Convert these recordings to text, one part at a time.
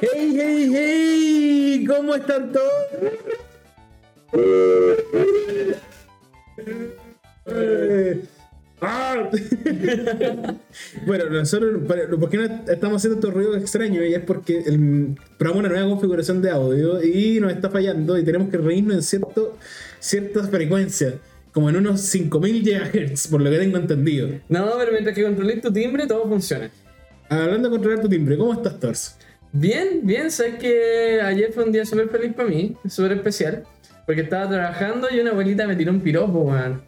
Hey, hey, hey, ¿cómo están todos? Ah. bueno, nosotros, para- ¿por qué no estamos haciendo estos ruidos extraños? Y es porque el, probamos una nueva configuración de audio y nos está fallando y tenemos que reírnos en cierto, ciertas frecuencias, como en unos 5000 GHz, por lo que tengo entendido. No, pero mientras que controles tu timbre, todo funciona. Hablando de controlar tu timbre, ¿cómo estás, Torso? Bien, bien, sabes que ayer fue un día súper feliz para mí, súper especial, porque estaba trabajando y una abuelita me tiró un piropo, weón.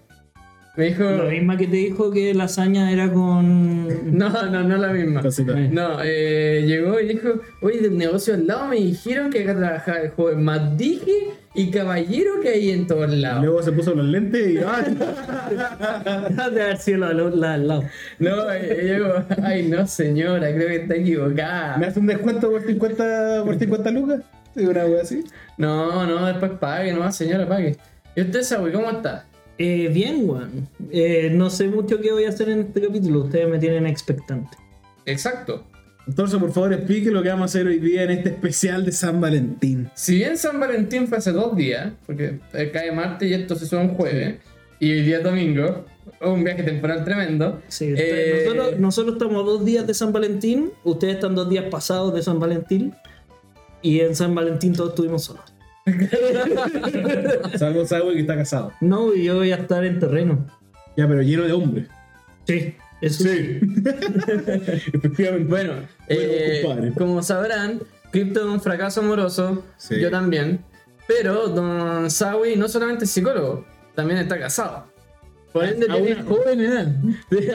Me dijo. Lo misma que te dijo que lasaña era con. No, no, no la misma. Cosita. Eh. No, eh, llegó y dijo, oye, del negocio al lado me dijeron que acá trabajaba el joven más dije y caballero que hay en todos lados. Luego se puso los lentes y. ¡Ah! de haber sido la, la- la al lado. No, eh, llegó, ay no señora, creo que está equivocada. ¿Me hace un descuento por 50, por 50 lucas? ¿De una wea así? No, no, después pague, nomás señora, pague. ¿Y usted, Sawi, cómo está? Eh, bien, Juan. Eh, no sé mucho qué voy a hacer en este capítulo. Ustedes me tienen expectante. Exacto. Torso, por favor, explique lo que vamos a hacer hoy día en este especial de San Valentín. Si bien San Valentín fue hace dos días, porque eh, cae martes y esto se sube un jueves, y hoy día es domingo, un viaje temporal tremendo. Sí, eh, ustedes- nosotros, nosotros estamos a dos días de San Valentín. Ustedes están dos días pasados de San Valentín. Y en San Valentín todos estuvimos solos. Salvo Sawi que está casado. No, y yo voy a estar en terreno. Ya, pero lleno de hombres. Sí, eso sí. Efectivamente. Bueno, eh, compadre. como sabrán, Crypto es un fracaso amoroso, Sí. yo también, pero Don Sawi no solamente es psicólogo, también está casado. Por ende A tiene una joven edad. A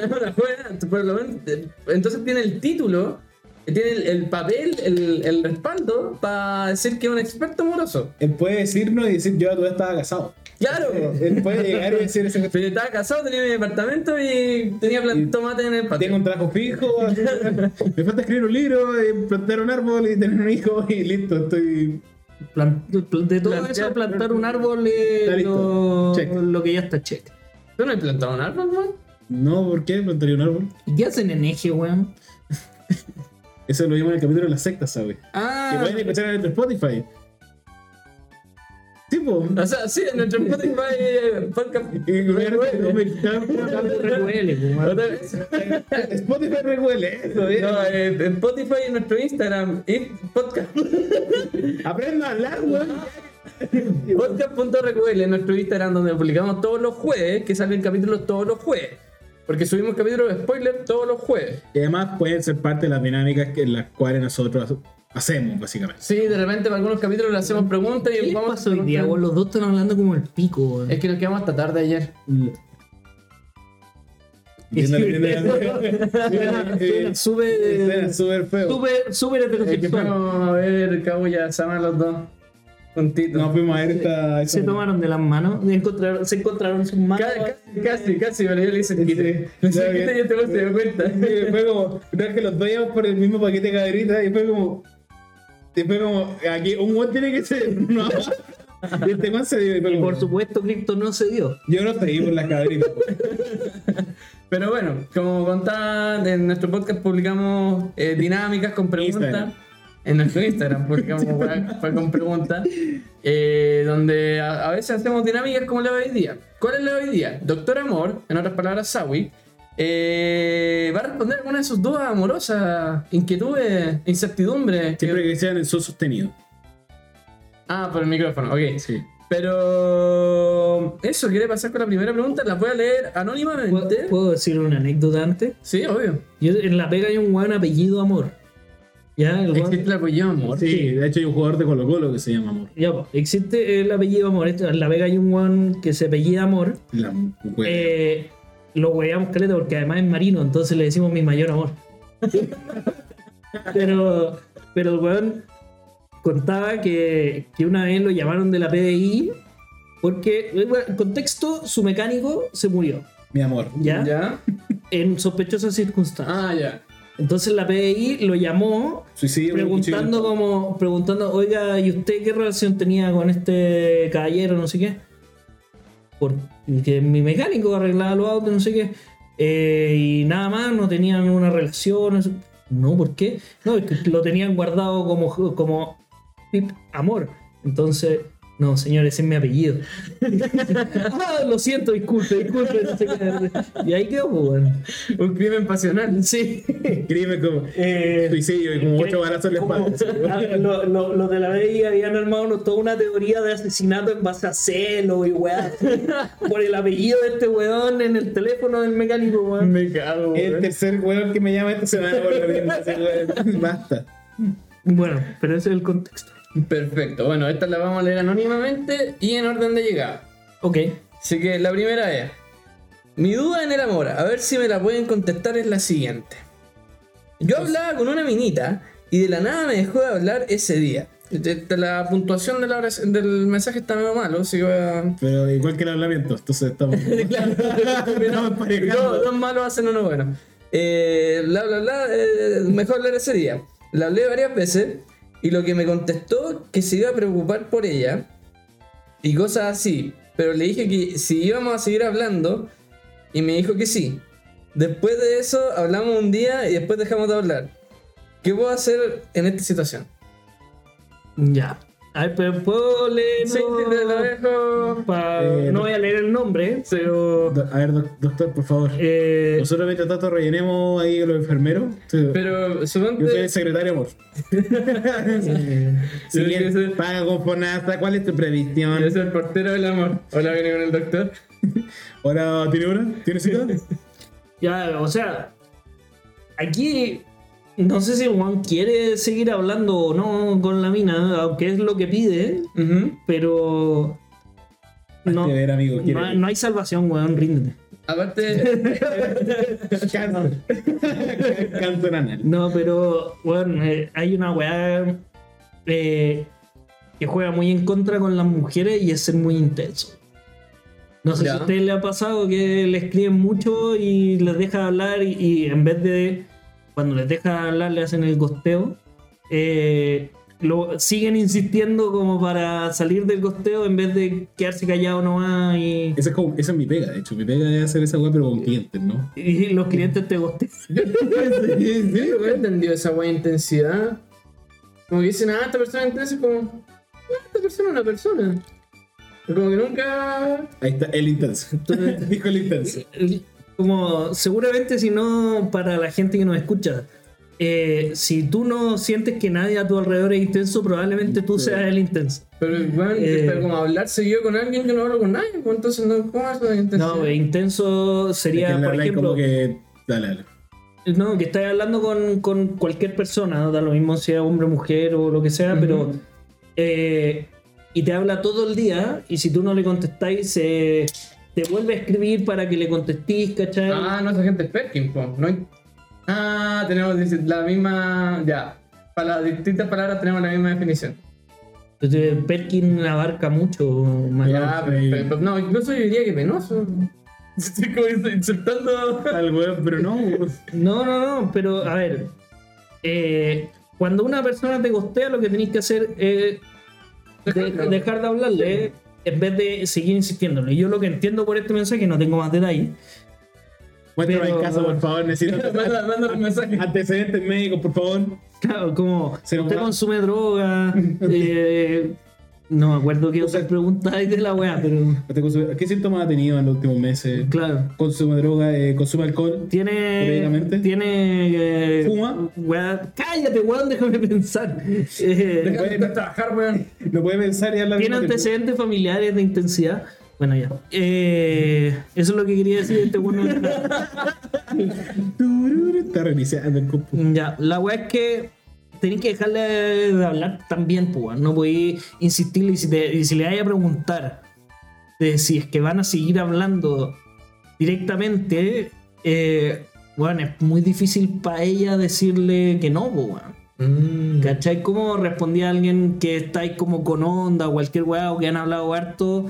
una joven edad, por lo menos, eh, entonces tiene el título, tiene el, el papel, el, el respaldo para decir que es un experto amoroso. Él puede decirnos y decir, yo todavía estaba casado. Eh, ¡Claro! Él puede llegar y decir, ese Pero estaba casado, tenía mi departamento y tenía plant- Y tomate en el patio. tengo un trabajo fijo, así, me falta escribir un libro, eh, plantar un árbol y tener un hijo y listo, estoy... Plan- de todo Plantear- eso, plantar un árbol Está es listo. lo, Check. lo que ya está check. ¿Tú no has plantado un árbol, man? No, ¿por qué plantaría un árbol? ¿Y qué hacen en Eje, weón? Eso lo vimos en el capítulo de las sectas, ¿sabes? Que Ah, pueden escuchar en el Spotify. Tipo... Ah. O sea, sí, en nuestro Spotify eh, podcast. Recuele, weón. Otra vez. Spotify recuele eso, eh. No, eh, en Spotify y en nuestro Instagram, y podcast. Aprenda a hablar, weón. Podcast.recuel en nuestro Instagram, donde publicamos todos los jueves, que salen capítulos todos los jueves. Porque subimos capítulos de spoiler todos los jueves. Y además pueden ser parte de las dinámicas que, las cuales nosotros hacemos, básicamente. Sí, de repente para algunos capítulos le hacemos preguntas y ¿Qué les vamos. pasó hoy día, weón? Los dos están hablando como el pico, weón. Es que nos quedamos hasta tarde ayer. Entiéndale, entiéndale. Suena Suena- suena Súper. súper feo. Súper, súper Es que heterosexual. fuimos a ver Kaguya Sama los dos. Juntitos. No fuimos a ver esta. Se esta- tomaron de las manos, y encontraron- se encontraron sus manos. Ca- casi, casi, casi, pero yo le hice el Sí, quite. Le hice ya el quite bien. y este weón se dio cuenta. Y Fue como, no es que los dos íbamos por el mismo paquete de caderitas y fue como. Y fue como, aquí un weón tiene que ser. No. Y este weón se dio. y fue Y como, por supuesto, Crypto no se dio. Yo no seguí por las caderitas. Pero bueno, como contaba, en nuestro podcast publicamos eh, dinámicas con preguntas. Instagram. En nuestro Instagram publicamos weá- fue con preguntas. eh, donde a, a veces hacemos dinámicas como la de hoy día. ¿Cuál es la de hoy día? Doctor Amor, en otras palabras, Sawi. eh, va a responder alguna de sus dudas amorosas, inquietudes, incertidumbres. que- Siempre que sean en sol sostenido. Ah, por el micrófono, ok. Sí. Pero eso, ¿quiere pasar con la primera pregunta? Las voy a leer ¿Puedo, anónimamente. puedo decir una anécdota antes? Sí, obvio. Yo- en la pega hay un weón apellido Amor. ¿Ya? El weón- Existe el apoyo, amor. Sí, de hecho hay un jugador de Colo Colo que se llama Amor. Ya, po, existe el apellido Amor. Esto- En la pega hay un weón que se apellida Amor. La mujer. Eh, lo hueveamos caleta porque además es marino, entonces le decimos mi mayor amor. pero, pero el weón contaba que, que una vez lo llamaron de la PDI porque, bueno, en contexto, su mecánico se murió, Mi amor. ¿ya? ¿Ya? En sospechosas circunstancias. Ah, ya. Entonces la PDI lo llamó Suicidio. por preguntando cuchillo. como preguntando oiga y usted qué relación tenía con este caballero no sé qué porque mi mecánico arreglaba los autos no sé qué Eh, y nada más no tenían una relación no sé- No, ¿por qué? No, es que lo tenían guardado como, como Pip Amor. Entonces, no, señores, ese es mi apellido. ah, lo siento, disculpe, disculpe. no sé qué. Y ahí quedó, pues, weón. Un crimen pasional. Sí. Escribe como. Eh, Suicidio y como ocho ¿qué- balazos en la ¿Cómo? espalda. Ah, lo- lo- Los de la BI habían armado no, toda una teoría de asesinato en base a celo y weá. Por el apellido de este weón en el teléfono del mecánico, weón. Este, Me cago, El weón. tercer weón que me llama esta semana por la mierda, ese weón. Basta. Bueno, pero ese es el contexto. Perfecto. Bueno, esta la vamos a leer anónimamente y en orden de llegada. Ok. Así que la primera es. Mi duda en el amor, a ver si me la pueden contestar, es la siguiente. Yo hablaba con una minita y de la nada me dejó de hablar ese día. De- de La puntuación de la orac- del mensaje está medio malo, así que voy a- Pero igual que el hablamiento, entonces estamos. Claro, estamos emparejando. dos, dos malos hacen uno bueno. Eh, bla, bla, bla, eh, mejor hablar ese día. La hablé varias veces y lo que me contestó que se iba a preocupar por ella y cosas así. Pero le dije que si íbamos a seguir hablando y me dijo que sí. Después de eso hablamos un día y después dejamos de hablar. ¿Qué puedo hacer en esta situación? Ya. A ver, pero puedo leer. Sí, te lo dejo. Eh, no voy a leer el nombre, pero. Do- A ver, doc- doctor, por favor. eh, Nosotros mientras tanto rellenemos ahí los enfermeros. Sí. Pero Yo soy suponte... el secretario, amor. eh, Siguiente. Paga con Fonasa, ¿cuál es tu Yo previsión? soy el portero del amor. Hola, viene con el doctor. ¿Ahora tiene una? ¿Tiene cita? ya, o sea. Aquí. No sé si Juan quiere seguir hablando o no con la mina, aunque es lo que pide, Ujú. pero. No, Hazte ver, amigo, quiere- no, no hay salvación, weón, ríndete. Aparte, Cáncer. Cáncer anal. No, pero, weón, eh, hay una weá eh, que juega muy en contra con las mujeres y es ser muy intenso. No sé Ya. si a ustedes les ha pasado que le escriben mucho y les deja hablar y, y en vez de, cuando les deja hablar, le hacen el gosteo. Eh, lo, siguen insistiendo como para salir del gosteo en vez de quedarse callado nomás y, Esa es, como- esa es mi pega, de hecho. Mi pega es hacer esa weá, pero con clientes, ¿no? y los clientes te gostean. Sí, sí. yo no he entendido esa wea de intensidad. Como que dicen, ah, esta persona es intensa, es como, "Ah, esta persona es una persona. Como que nunca. Ahí está, el intenso. Dijo el intenso. como seguramente si no para la gente que nos escucha eh, si tú no sientes que nadie a tu alrededor es intenso probablemente tú seas el intenso Pero igual, Eh. está como hablar seguido con alguien que no hablo con nadie, pues entonces no, ¿cómo es eso de intensidad? no güey, intenso Es que sería la por verdad es ejemplo como que. Dale, dale. no que estás hablando con, con cualquier persona no da lo mismo sea hombre mujer o lo que sea Ujú. pero eh, y te habla todo el día y si tú no le contestáis se te vuelve a escribir para que le contestís ¿cachai? Ah, no, esa gente es Perkin, po. No hay- Ah, tenemos dice, la misma. Ya. Para las distintas palabras tenemos la misma definición. Entonces, Perkin abarca mucho más. Ya, sí. pero, pero- no, incluso yo diría que penoso. Estoy como insultando. Al weón, pero no. weón. No, no, no, pero a ver. eh, cuando una persona te costea, lo que tenéis que hacer es de- Dejarlo. dejar de hablarle en vez de seguir insistiéndole. Yo lo que entiendo por este mensaje, no tengo más detalles. Muéstrame Pero- el caso, por favor. Necesito Manda, manda un mensaje. antecedentes médicos, por favor. Claro, como Ser usted humano. consume droga. eh, no me acuerdo qué otras preguntas hay de la weá, pero ¿Qué síntomas ha tenido en los últimos meses? claro. Consume droga, eh, consume alcohol. Tiene. Médicamente. Tiene. eh, Fuma. weá- cállate, weón, déjame pensar. Eh, Deja de trabajar, weón. No puede pensar y hablar Tiene mismo tiempo. antecedentes familiares de intensidad. Bueno, ya. Eh, eso es lo que quería decir este bueno. Tururu, Está reiniciando el compu. ya, la weá es que tenéis que dejarle de hablar también, pues. weón. No podéis insistirle y si, te- y si le vais a preguntar de si es que van a seguir hablando directamente, eh, bueno, es muy difícil para ella decirle que no, pues, weón. Mm, Mm. ¿Cachai? ¿Cómo respondía alguien que estáis como con onda o cualquier weá o que han hablado harto?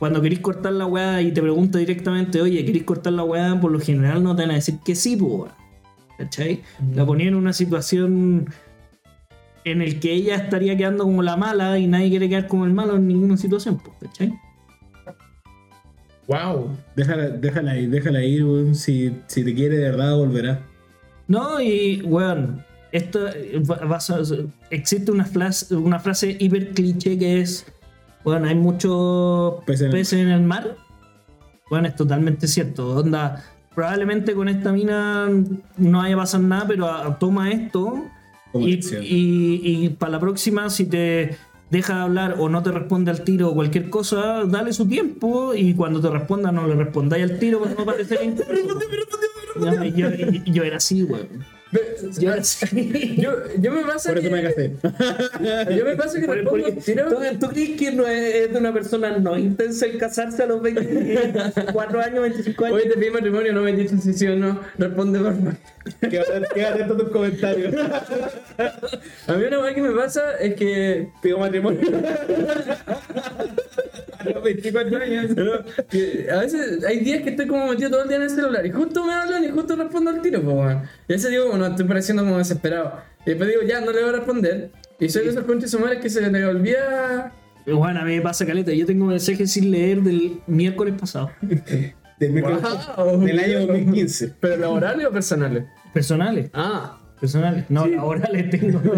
Cuando queréis cortar la weá y te pregunta directamente, oye, ¿queréis cortar la weá? Por lo general no te van a decir que sí, po, weón. ¿Cachai? La ponía en una situación en el que ella estaría quedando como la mala y nadie quiere quedar como el malo en ninguna situación, po, ¿cachai? Wow. Déjala, déjala ir, déjala ir, weón. Si, si te quiere de verdad, volverá. No, y, weón, esto eh, va- va a ser- existe una frase, una frase hiper cliché que es, weón, hay muchos Peces en el peces en el mar. Bueno, es totalmente cierto. Onda, probablemente con esta mina no haya pasado nada, pero ah, toma esto Como y, lección. para la próxima, si te deja de hablar o no te responde al tiro o cualquier cosa, dale su tiempo y cuando te responda no le respondáis al tiro para no parecer intruso. pues. Ya, yo, yo era así, weón. Yo era así. Yo, yo me pasa Por que, eso me casé. yo me pasa que Por- respondo porque- si no- ¿tú, tú crees que no es, es de una persona no intensa el casarse a los 24 años, 25 años? Oye, te pedí matrimonio, no me dijiste si sí o no. Responde por favor. Quédate quédate atento a tus comentarios. A mí una cosa que me pasa es que Pido matrimonio. A los 24 años. Pero que a veces hay días que estoy como metido todo el día en el celular y justo me hablan y justo respondo al tiro, pues, weón. Y a veces digo, bueno, estoy pareciendo como desesperado. Y después digo, ya, no le voy a responder. Y soy de esos conches humanos que se le olvida. Bueno, a mí me pasa caleta. Yo tengo mensajes sin leer del miércoles pasado. Del, miércoles- Wow. del año 2015. ¿Pero laborales o personales? Personales. Ah. Personales. No, ahora les tengo. Lo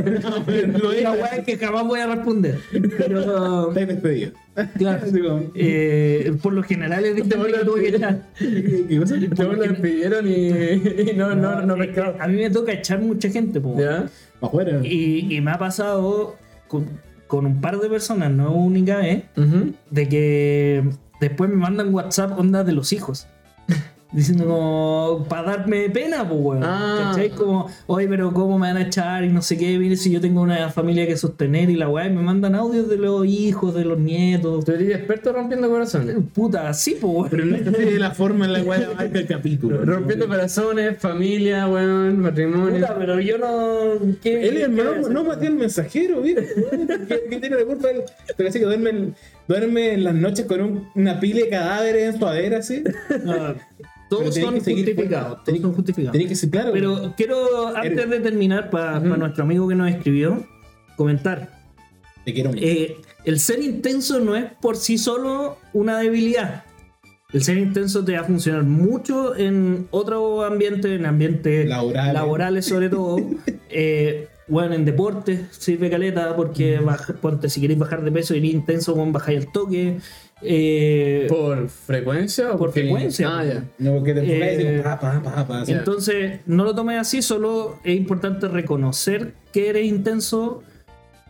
La digo. weá que jamás voy a responder. Pero. Estáis despedido. Claro. Digo, eh, por lo general es de gente que tuve que echar. ¿Qué qué cosa? Yo me lo despidieron y, y no, no, no, Eh, pescaba. A mí me toca echar mucha gente, po. ¿Ya? Pa' afuera. Y, y me ha pasado con, con un par de personas, no única vez, Ujú. de que después me mandan WhatsApp ondas de los hijos. Diciendo como, para darme pena, pues, weón. Ah. ¿Cachai? Como, oye, pero ¿cómo me van a echar? Y no sé qué, mire, si yo tengo una familia que sostener y la weá, y me mandan audios de los hijos, de los nietos. Tú eres experto rompiendo corazones. Puta, sí, pues, Pero weón. no es la forma en la cual marca el capítulo. Rompiendo corazones, familia, weón, matrimonio. Puta, pero yo no. ¿qué- Él es qué el voy a no, hacer? no Matías el mensajero, mira. ¿Qué, qué tiene la culpa? él? Pero así que duerme, en- duerme en las noches con un- una pila de cadáveres en su adera, así. No, Pero todos tenés son que seguir justificados. por- Todos son justificados. Tenía que ser claro. Pero quiero, antes de terminar, para nuestro amigo que nos escribió, comentar. te quiero mucho. Eh, el ser intenso no es por sí solo una debilidad. El ser intenso te va a funcionar mucho en otro ambiente, en ambientes Laborales. laborales sobre todo. Eh, bueno, en deportes sirve caleta porque baja- ponte, si queréis bajar de peso, ir intenso, bueno, bajáis el toque. Eh, ¿Por frecuencia o Por porque- frecuencia. Ah, ya. no, porque te enfocas y eh, dices, pa, pa, pa, pa. así. Ya. Entonces, no lo tomes así, solo es importante reconocer que eres intenso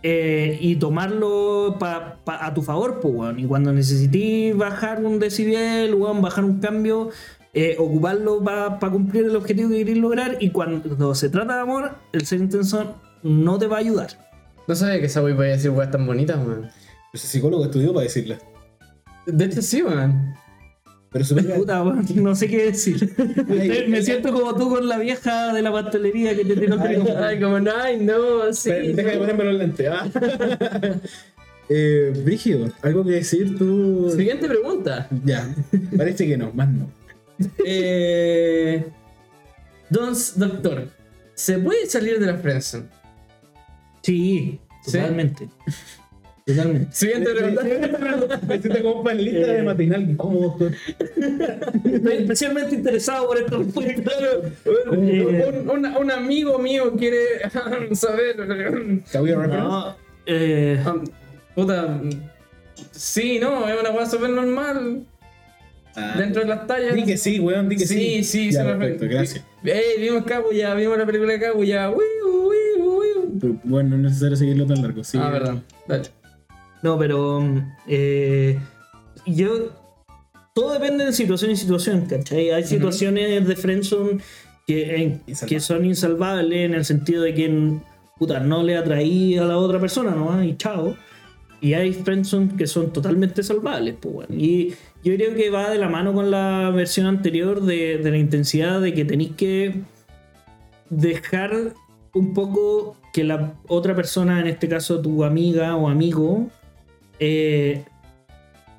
eh, y tomarlo pa- pa- a tu favor, pues, weón. Y cuando necesites bajar un decibel, weón, bajar un cambio, eh, ocuparlo para cumplir el objetivo que querés lograr. Y cuando se trata de amor, el ser intenso no te va a ayudar. No sabía que esa wey podía decir weas tan bonitas, weón. Ese psicólogo estudió para decirla. De hecho, sí, weón. Pero su eh, Puta, weón, no sé qué decir. Ay, Me ay, siento como tú con la vieja de la pastelería que te tiró el teléfono. Ay, como, ay, no, así. Pero Deja de ponerme los lentes. ah. eh, Brígido, ¿algo que decir tú? Siguiente pregunta. Ya, parece que no, más no. Eh, don, doctor, ¿se puede salir de la friendzone? Sí, Sí. totalmente. Totalmente. Siguiente pregunta. Me siento como un panelista Eh. de matinal cómodo. Estoy especialmente interesado por esta respuesta. Un, un- un amigo mío quiere saber. ¿Te voy a referencia? No, eh, Um, Puta. Sí, no, es una cosa súper normal. Ah. Dentro de las tallas. Di que sí, weón, di que sí. Sí, sí, Ya, se me perfecto, fue. gracias. Ey, vimos Kaguya, vimos la película de Kaguya. Wiu, wiu, wiu. Pero, bueno, no es necesario seguirlo tan largo, sí. Ah, perdón. Dale. no, pero mm, eh, yo todo depende de situación y situación, ¿cachai? Hay situaciones de friendzone que, en- Insalvable. que son insalvables en el sentido de que mm, puta, no le atraí a la otra persona nomás y chao. Y hay friendzone que son totalmente salvables, pues bueno. Y yo creo que va de la mano con la versión anterior de, de la intensidad de que tenéis que dejar un poco que la otra persona, en este caso tu amiga o amigo, eh,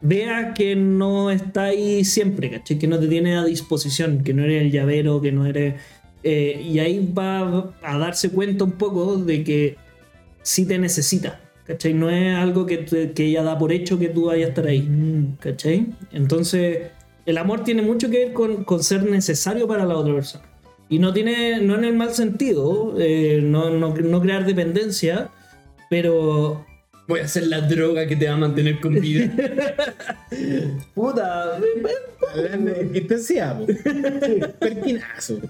vea que no está ahí siempre, ¿cachai? Que no te tiene a disposición, que no eres el llavero, que no eres... eh, y ahí va a darse cuenta un poco de que sí te necesita, ¿cachai? No es algo que, te- que ella da por hecho que tú vayas a estar ahí, ¿cachai? Entonces, el amor tiene mucho que ver con, con ser necesario para la otra persona. Y no tiene, no en el mal sentido, eh, no, no- no crear dependencia, pero Voy a ser la droga que te va a mantener con vida. puta, eh, eh, Intensidad, po. Perkinazo.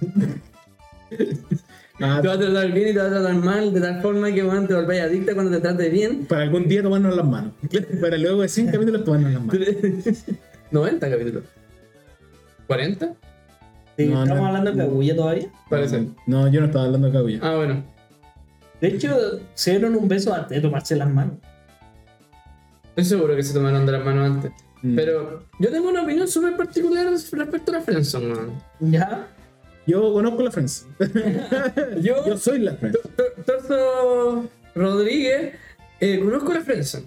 Ah, Te va a tratar bien y te va a tratar mal, de tal forma que weón, te volváis adicta cuando te trate bien. para algún día tomarnos las manos. Para luego de 100 capítulos tomarnos las manos. 90 capítulos. ¿40? sí, No, estamos no. hablando de cagulla todavía. Parece. No, yo no estaba hablando de cabulla. Ah, bueno. De hecho, se dieron un beso antes de tomarse las manos. Estoy seguro que se tomaron de las manos antes. Mm. Pero yo tengo una opinión súper particular respecto a la Friendzone, weón. ¿Ya? Yo conozco la Friends. Yo, Yo soy la Friends. Tor- Torso Rodríguez, eh, conozco la Friendzone.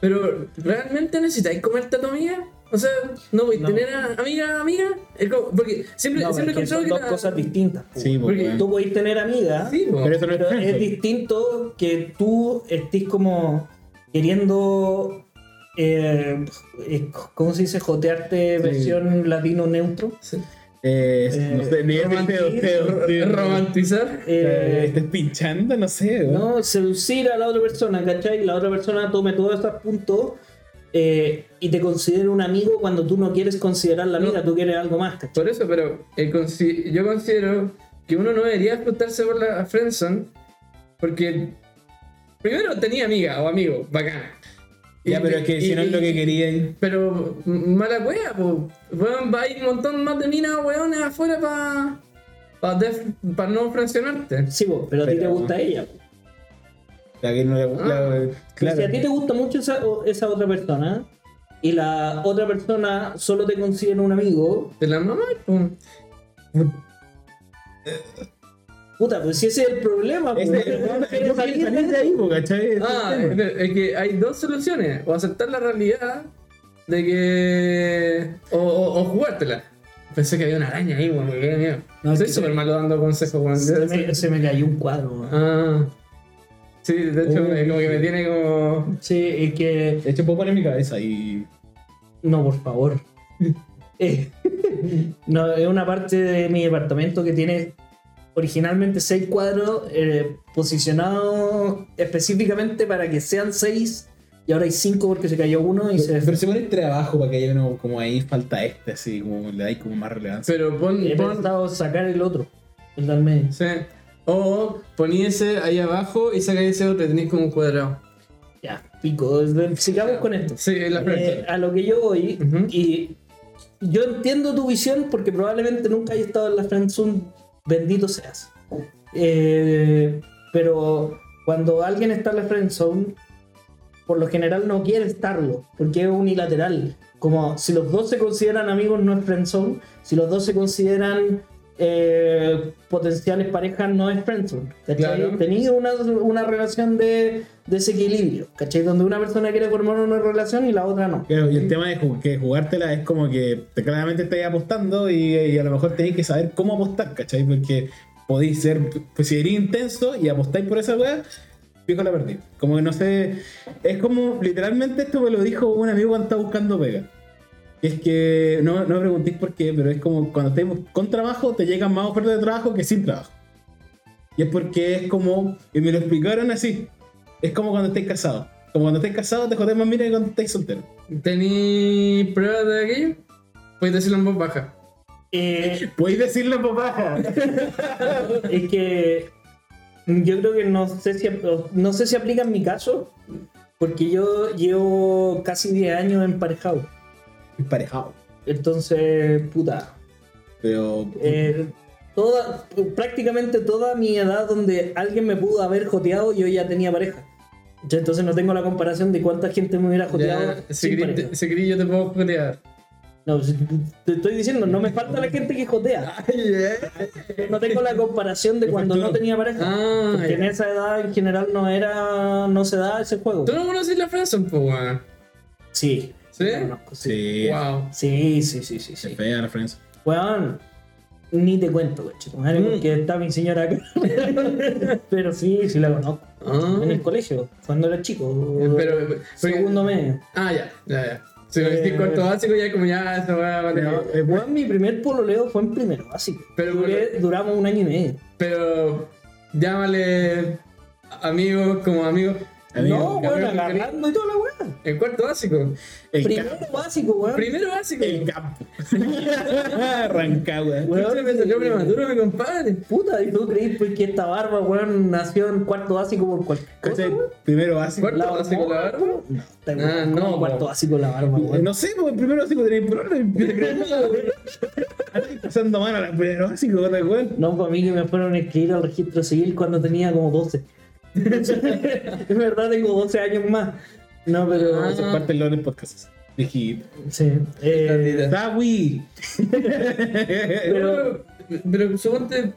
Pero, ¿realmente necesitáis comerte a tu amiga? O sea, no voy a No. tener a amiga, amiga. Es como- porque siempre, No, siempre he porque escuchado son que. dos la- cosas distintas. po. Sí, po, Porque weón. Tú podés tener amigas, Sí, po. Pero eso no es pero Friends. es po. distinto que tú estés como queriendo, eh, eh, ¿cómo se dice? Jotearte Sí. versión latino neutro. Sí. Eh, Eh, no sé, ni romantiz- Romantizar. Eh, Eh, estás pinchando, no sé. weón. ¿no? Seducir a la otra persona, ¿cachai? La otra persona tome todos estos puntos eh, y te considera un amigo cuando tú no quieres considerarla No. amiga, tú quieres algo más, ¿cachai? Por eso, pero eh, consi- yo considero que uno no debería explotarse por la friendzone porque primero tenía amiga o amigo, bacán. Ya, Y- pero es que si y- no es lo que y- quería. Pero m- mala wea, po. Weón, va a ir un montón más de minas weones afuera para no fraccionarte. Sí, po, pero, a ti te Pero- gusta ella. po. La que no le la- Ah, Pero claro. Si a ti te gusta mucho esa, o- esa otra persona y la otra persona solo te considera un amigo, De la mamá, po. puta, pues si ese es el problema, pues, Este- ¿quieres yo salir quiero de salir de ahí, po, ¿cachai? Este Ah, tema. es eh. es que hay dos soluciones. O aceptar la realidad de que. O, o, o jugártela. Pensé que había una araña ahí, weón. me dio miedo. No, Soy es que- súper malo dando consejos, weón. Se me, se me cayó un cuadro. weón. Ah. Sí, de hecho, Oh. Uh. eh, como que me tiene como. Sí, es que. De hecho, puedo poner mi cabeza y. No, por favor. Eh, no, es una parte de mi departamento que tiene originalmente seis cuadros eh, posicionados específicamente para que sean seis y ahora hay cinco porque se cayó uno y se... Pero se pone el trabajo para que haya uno como ahí falta este, así, como le dais como más relevancia. Pero pon. He pon pensado sacar el otro, el del medio. sí. O poní ese ahí abajo y saca ese otro y tenés como un cuadrado. Ya, pico. desde- Sigamos con esto. Sí, la Eh, frente. a lo que yo voy, Ujú. y yo entiendo tu visión porque probablemente nunca hayas estado en la friendzone, bendito seas. Eh, pero cuando alguien está en la friendzone, por lo general no quiere estarlo, porque es unilateral. Como si los dos se consideran amigos, no es friendzone. Si los dos se consideran eh, potenciales parejas, no es friendzone. ¿Cachai? Claro. Tenido una, una relación de desequilibrio, ¿cachai? Donde una persona quiere formar una relación y la otra no. Claro, y el tema de ju- que jugártela es como que te- claramente estáis apostando y, y a lo mejor tenéis que saber cómo apostar, ¿cachai? Porque podéis ser, pues si eres intenso y apostáis por esa weá, fijo la perdí. Como que no sé, es como, literalmente esto me lo dijo un amigo cuando estaba buscando pega. Y Es que, no, no me preguntéis por qué, pero es como cuando estáis bus- con trabajo te llegan más ofertas de trabajo que sin trabajo. Y es porque es como, y me lo explicaron así, es como cuando estáis casados. Como cuando estáis casados te jodes más mira que cuando estáis solteros. ¿Tení pruebas de aquello? Puedes decirlo en voz baja. Eh, Podéis decirlo, papá. es que yo creo que no sé, si, no sé si aplica en mi caso, porque yo llevo casi 10 años emparejado. Ah. Emparejado. Entonces, puta, Pero. eh, toda, prácticamente toda mi edad donde alguien me pudo haber joteado, yo ya tenía pareja. Ya, Entonces no tengo la comparación de cuánta gente me hubiera joteado. Ya, si sin pareja. querís, si querís, yo te puedo jotear. No, si- te estoy diciendo, no me falta la gente que jotea. eh. No tengo la comparación de Qué cuando no fortuna. tenía pareja. Ah, Porque en ya. esa edad en general no era. no se da ese juego. ¿Tú no conoces la frase, po, weón? Sí. ¿Sí? la conozco, sí. Sí. Wow. Sí, sí, sí, sí, Se sí. pega la Friends. Weón, ni te cuento, coche. Madre, Mm. porque está mi señora acá. Pero sí, sí la conozco. Ah. En el colegio, cuando era chico. Eh, Pero, porque- segundo medio. Ah, ya, ya, ya. Si me decís Eh, cuarto básico, ya como ya, esa weá vale. No. Eh, weón, mi primer pololeo fue en primero básico. Pero- Duré- duramos un año y medio. Pero llámale amigo como amigo. Amigo, no, weón, cabrón, agarrando y toda la weá. El cuarto básico. El Primero campo. básico, weón. Primero básico. El campo. Rancagua. Yo se me salió prematuro, mi compadre. Puta, ¿y tú creís pues, que esta barba, weón, nació en cuarto básico por cualquier cosa? ¿Cachai? weón? Primero básico. ¿Cuarto hormona, básico la barba? Este weón. No, está bien, Ah, ¿cómo no, cuarto weón. básico la barba, Eh, weón. No sé, porque el primero básico tenéis problemas. Estoy pasando mal a la primero básico, ¿verdad, weón? No, para mí que me fueron a inscribir al registro civil cuando tenía como 12. es verdad, tengo 12 años más. No, pero. Ah. Se parte el en podcasts. Dijiste. Sí. eh, Tantita. ¡Dawi! Pero, pero suponte.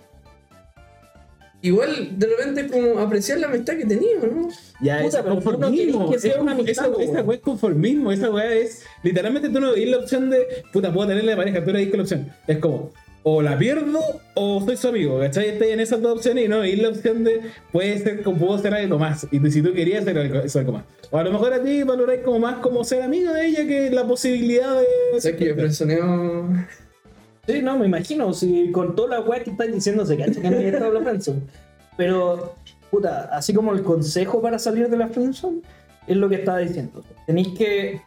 Igual de repente es como apreciar la amistad que teníamos, ¿no? Ya, Puta, esa es pero tú no conformismo. querés que sea Es- una amistad, esa, po, esa weón. weá es conformismo. Esa weá es. Literalmente tú no veis la opción de. Puta, puedo tener la pareja, pero ahí con la opción. Es como. O la pierdo o soy su amigo, ¿cachai? Estáis en esas dos opciones y no veis la opción de. Puede ser como puedo ser algo más. Y tú- si tú querías ser algo, ser algo más. O a lo mejor a ti valoráis como más como ser amigo de ella que la posibilidad de. O sea que yo personeo. Sí, no, me imagino. Si con toda la weá que están diciendo, se cacha que nadie está la friendzone. Pero, puta, así como el consejo para salir de la friendzone es lo que estaba diciendo. Tenéis que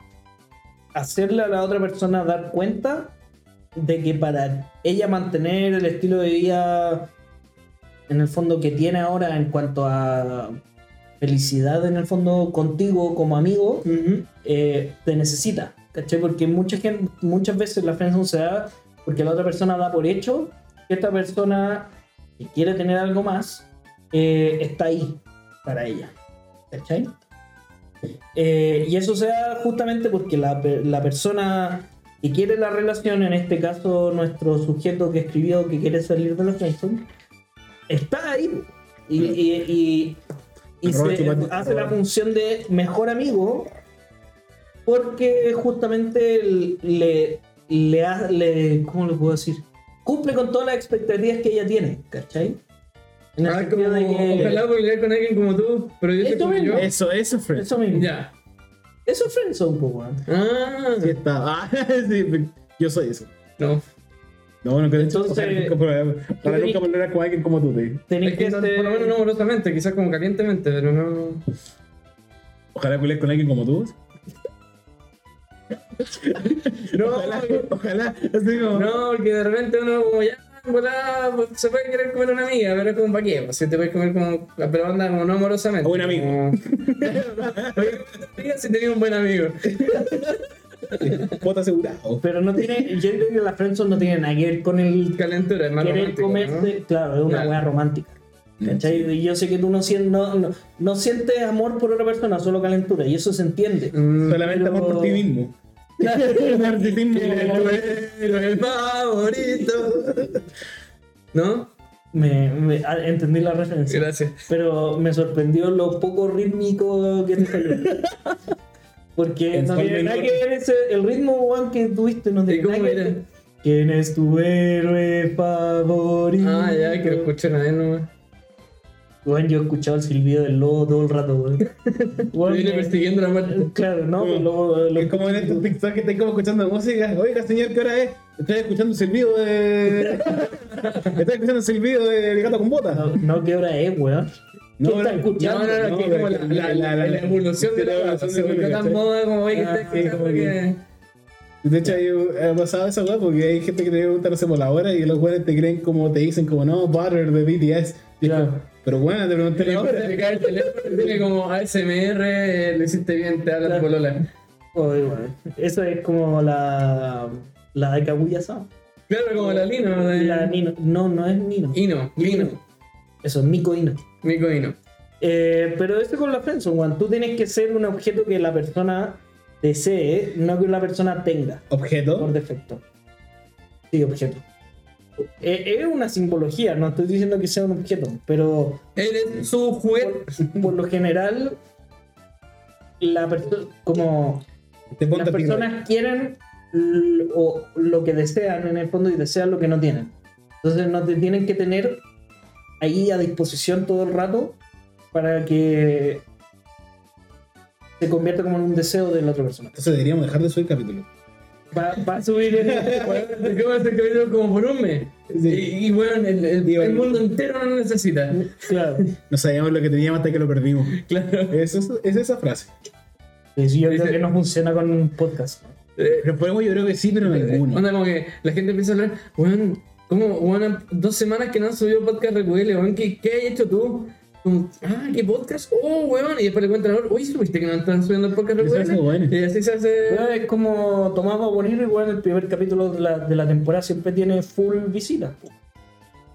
hacerle a la otra persona dar cuenta de que para ella mantener el estilo de vida en el fondo que tiene ahora en cuanto a felicidad en el fondo contigo como amigo, eh, te necesita, ¿cachai? Porque mucha gente, muchas veces la friendzone se da porque la otra persona da por hecho que esta persona que quiere tener algo más eh, está ahí para ella, ¿cachai? Eh, y eso se da justamente porque la, pe- la persona que quiere la relación, en este caso nuestro sujeto que escribió que quiere salir de la friendzone, está ahí y, y- y- y Roberto, se Roberto. hace la función de mejor amigo porque justamente le, le, ha- le- ¿cómo lo puedo decir? Cumple con todas las expectativas que ella tiene, ¿cachai? En el Ah, como, sentido de que- ojalá pudiera hablar con alguien como tú, pero yo soy Esto como mismo. yo. Eso, eso, Fred. Eso mismo. Ya. Eso es friendzone, po, weón. Ah, Sí está. Ah, sí, yo soy eso. no. No, no creo Entonces- Ojalá nunca, ojalá nunca volver a con alguien como tú, te. Tenéis Es que que no- ser- Por lo menos no amorosamente, quizás como calientemente, pero no. Ojalá culés con alguien como tú. No, Ojalá, ojalá. Así como, No, porque de repente uno como ya, en volada, pues, se puede querer comer a una amiga, pero es como pa' qué, pues, si te puedes comer como, pero anda como no amorosamente. O un amigo. Como- Oye, amiga, si tenía un buen amigo. voto asegurado. Pero no tiene. Yo creo que la friendzone no tiene nada que ver con el Calentura, es más querer romántico, comerse. Claro, es una Claro. weá romántica. Mm. ¿Cachai? Y yo sé que tú no, sien- no, no, no sientes amor por otra persona, solo calentura, y eso se entiende. ¿no? Mm, Solamente pero- amor por ti mismo. Narcisismo. tú eres el favorito. ¿No? Me, me- ah, entendí la referencia. Gracias. Pero me sorprendió lo poco rítmico que te salió. Porque En no tiene sol nada que menor. ver ese, el ritmo weón, que tuviste, no ¿Y tiene nada cómo que era? ver. ¿Quién es tu héroe favorito? Ah, ya, que lo escuchen a él nomás. Weón, yo he escuchado el silbido del lobo todo el rato, weón. Me Weón, viene eh, persiguiendo la muerte. Claro, no, Como- el lobo. eh, el Es lobo- como en estos TikTok que estáis como escuchando música. Oiga, señor, ¿qué hora es? Estás escuchando el silbido de. Estás escuchando el silbido del gato con bota. No, no, ¿qué hora es, weón? No, ¿Quién está no, No, escuchando? no, no, que es como la, la, la, la, la evolución de la evolución. Se volvió tan moda como hoy que Ah, está sí, escuchando como que- que. De hecho, hay- ha pasado esa weá porque hay gente que te pregunta, no sé, por la hora y los weones te creen como te dicen, como no, butter de BTS. Y es Claro. como, Pero bueno, te pregunté Le la gusta hora. picar el teléfono, tiene como ASMR, eh, lo hiciste bien, te habla la Claro. polola. Oye, weón, Eso es como la. La de Kaguya-san. Claro, como la Lino. De... La Nino. No, no es Nino. Ino, Lino, Eso es Nico Ino. Mico Ino. Eh, pero esto con la friendzone, Juan. Tú tienes que ser un objeto que la persona desee, no que la persona tenga por Objeto. defecto. Sí, objeto. Eh, es una simbología, no estoy diciendo que sea un objeto, pero Eres su juguete. por, por lo general, la perso- como Te ponte las a ti, ¿no? personas quieren l- o lo que desean en el fondo y desean lo que no tienen. Entonces no te tienen que tener ahí a disposición todo el rato para que se convierte como en un deseo de la otra persona. Entonces deberíamos dejar de subir capítulos. Va, va a subir el, dejemos este capítulo como por un mes. Sí. Y, y bueno, el, el- Y bueno. el mundo entero no lo necesita. Claro. No sabíamos lo que teníamos hasta que lo perdimos. Claro. Es, es- es esa frase. Sí, yo creo Dice- que no funciona con un podcast. Eh, Pero podemos, yo creo que sí, pero en alguno. Onda como que la gente empieza a hablar, weón, ¿cómo, weón, dos semanas que no han subido podcast RQL, weón, ¿qué, qué has hecho tú? Como, ah, ¿qué podcast? Oh, weón, y después le cuentan a otro, oye, ¿supiste que no están subiendo el podcast Eso hace bueno. RQL? Y así se hace... Pero Es como Tomás Bonino, igual el primer capítulo de la, de la temporada siempre tiene full visitas. po.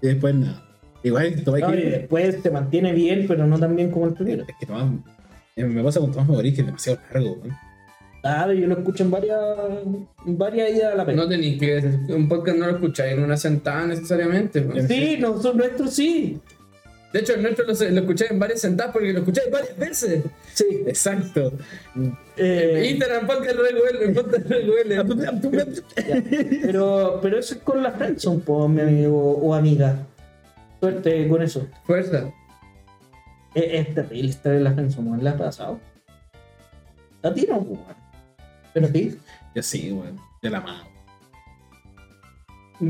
Y después nada. Igual, Tomás, Claro, y que, después te mantiene bien, pero no tan bien como el primero. es que Tomás, eh, me pasa con Tomás Favorís que es demasiado largo. weón. Claro, yo lo escucho en varias, en varias ideas a la vez. No tenéis que... Un podcast no lo escucháis en una sentada necesariamente. weón. sí, nosotros nuestros sí. De hecho, el nuestro lo, lo escucháis en varias sentadas porque lo escucháis varias veces. Sí. Exacto. Eh, Instagram, podcast RQL, podcast Ah, RQL. ya. pero, pero eso es con la friendzone, po, mi amigo o amiga. Suerte con eso. Fuerza. Es, es terrible estar en la friendzone, weón. ¿La has pasado? A ti no, po, weón. Pero a ti. Yo sí, weón. Yo la amaba.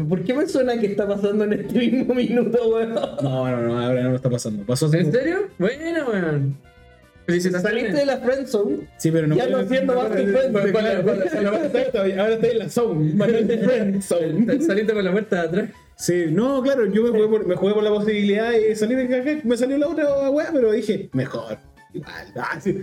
¿Por qué me suena que está pasando en este mismo minuto, weón? No, no, no, ahora no lo está pasando. Pasó hace Este- ¿En como- serio? Bueno, weón. Saliste Felicitaciones. de la friendzone. Sí, pero no. Ya no entiendo más que friendzone. Ahora estoy en la zone. Manuel de friend zone. Saliste con la puerta de atrás. Sí, no, claro, yo me jugué por, me jugué por la posibilidad y salí de caca, me salió la otra weá, pero dije, mejor. Igual, ah, sí.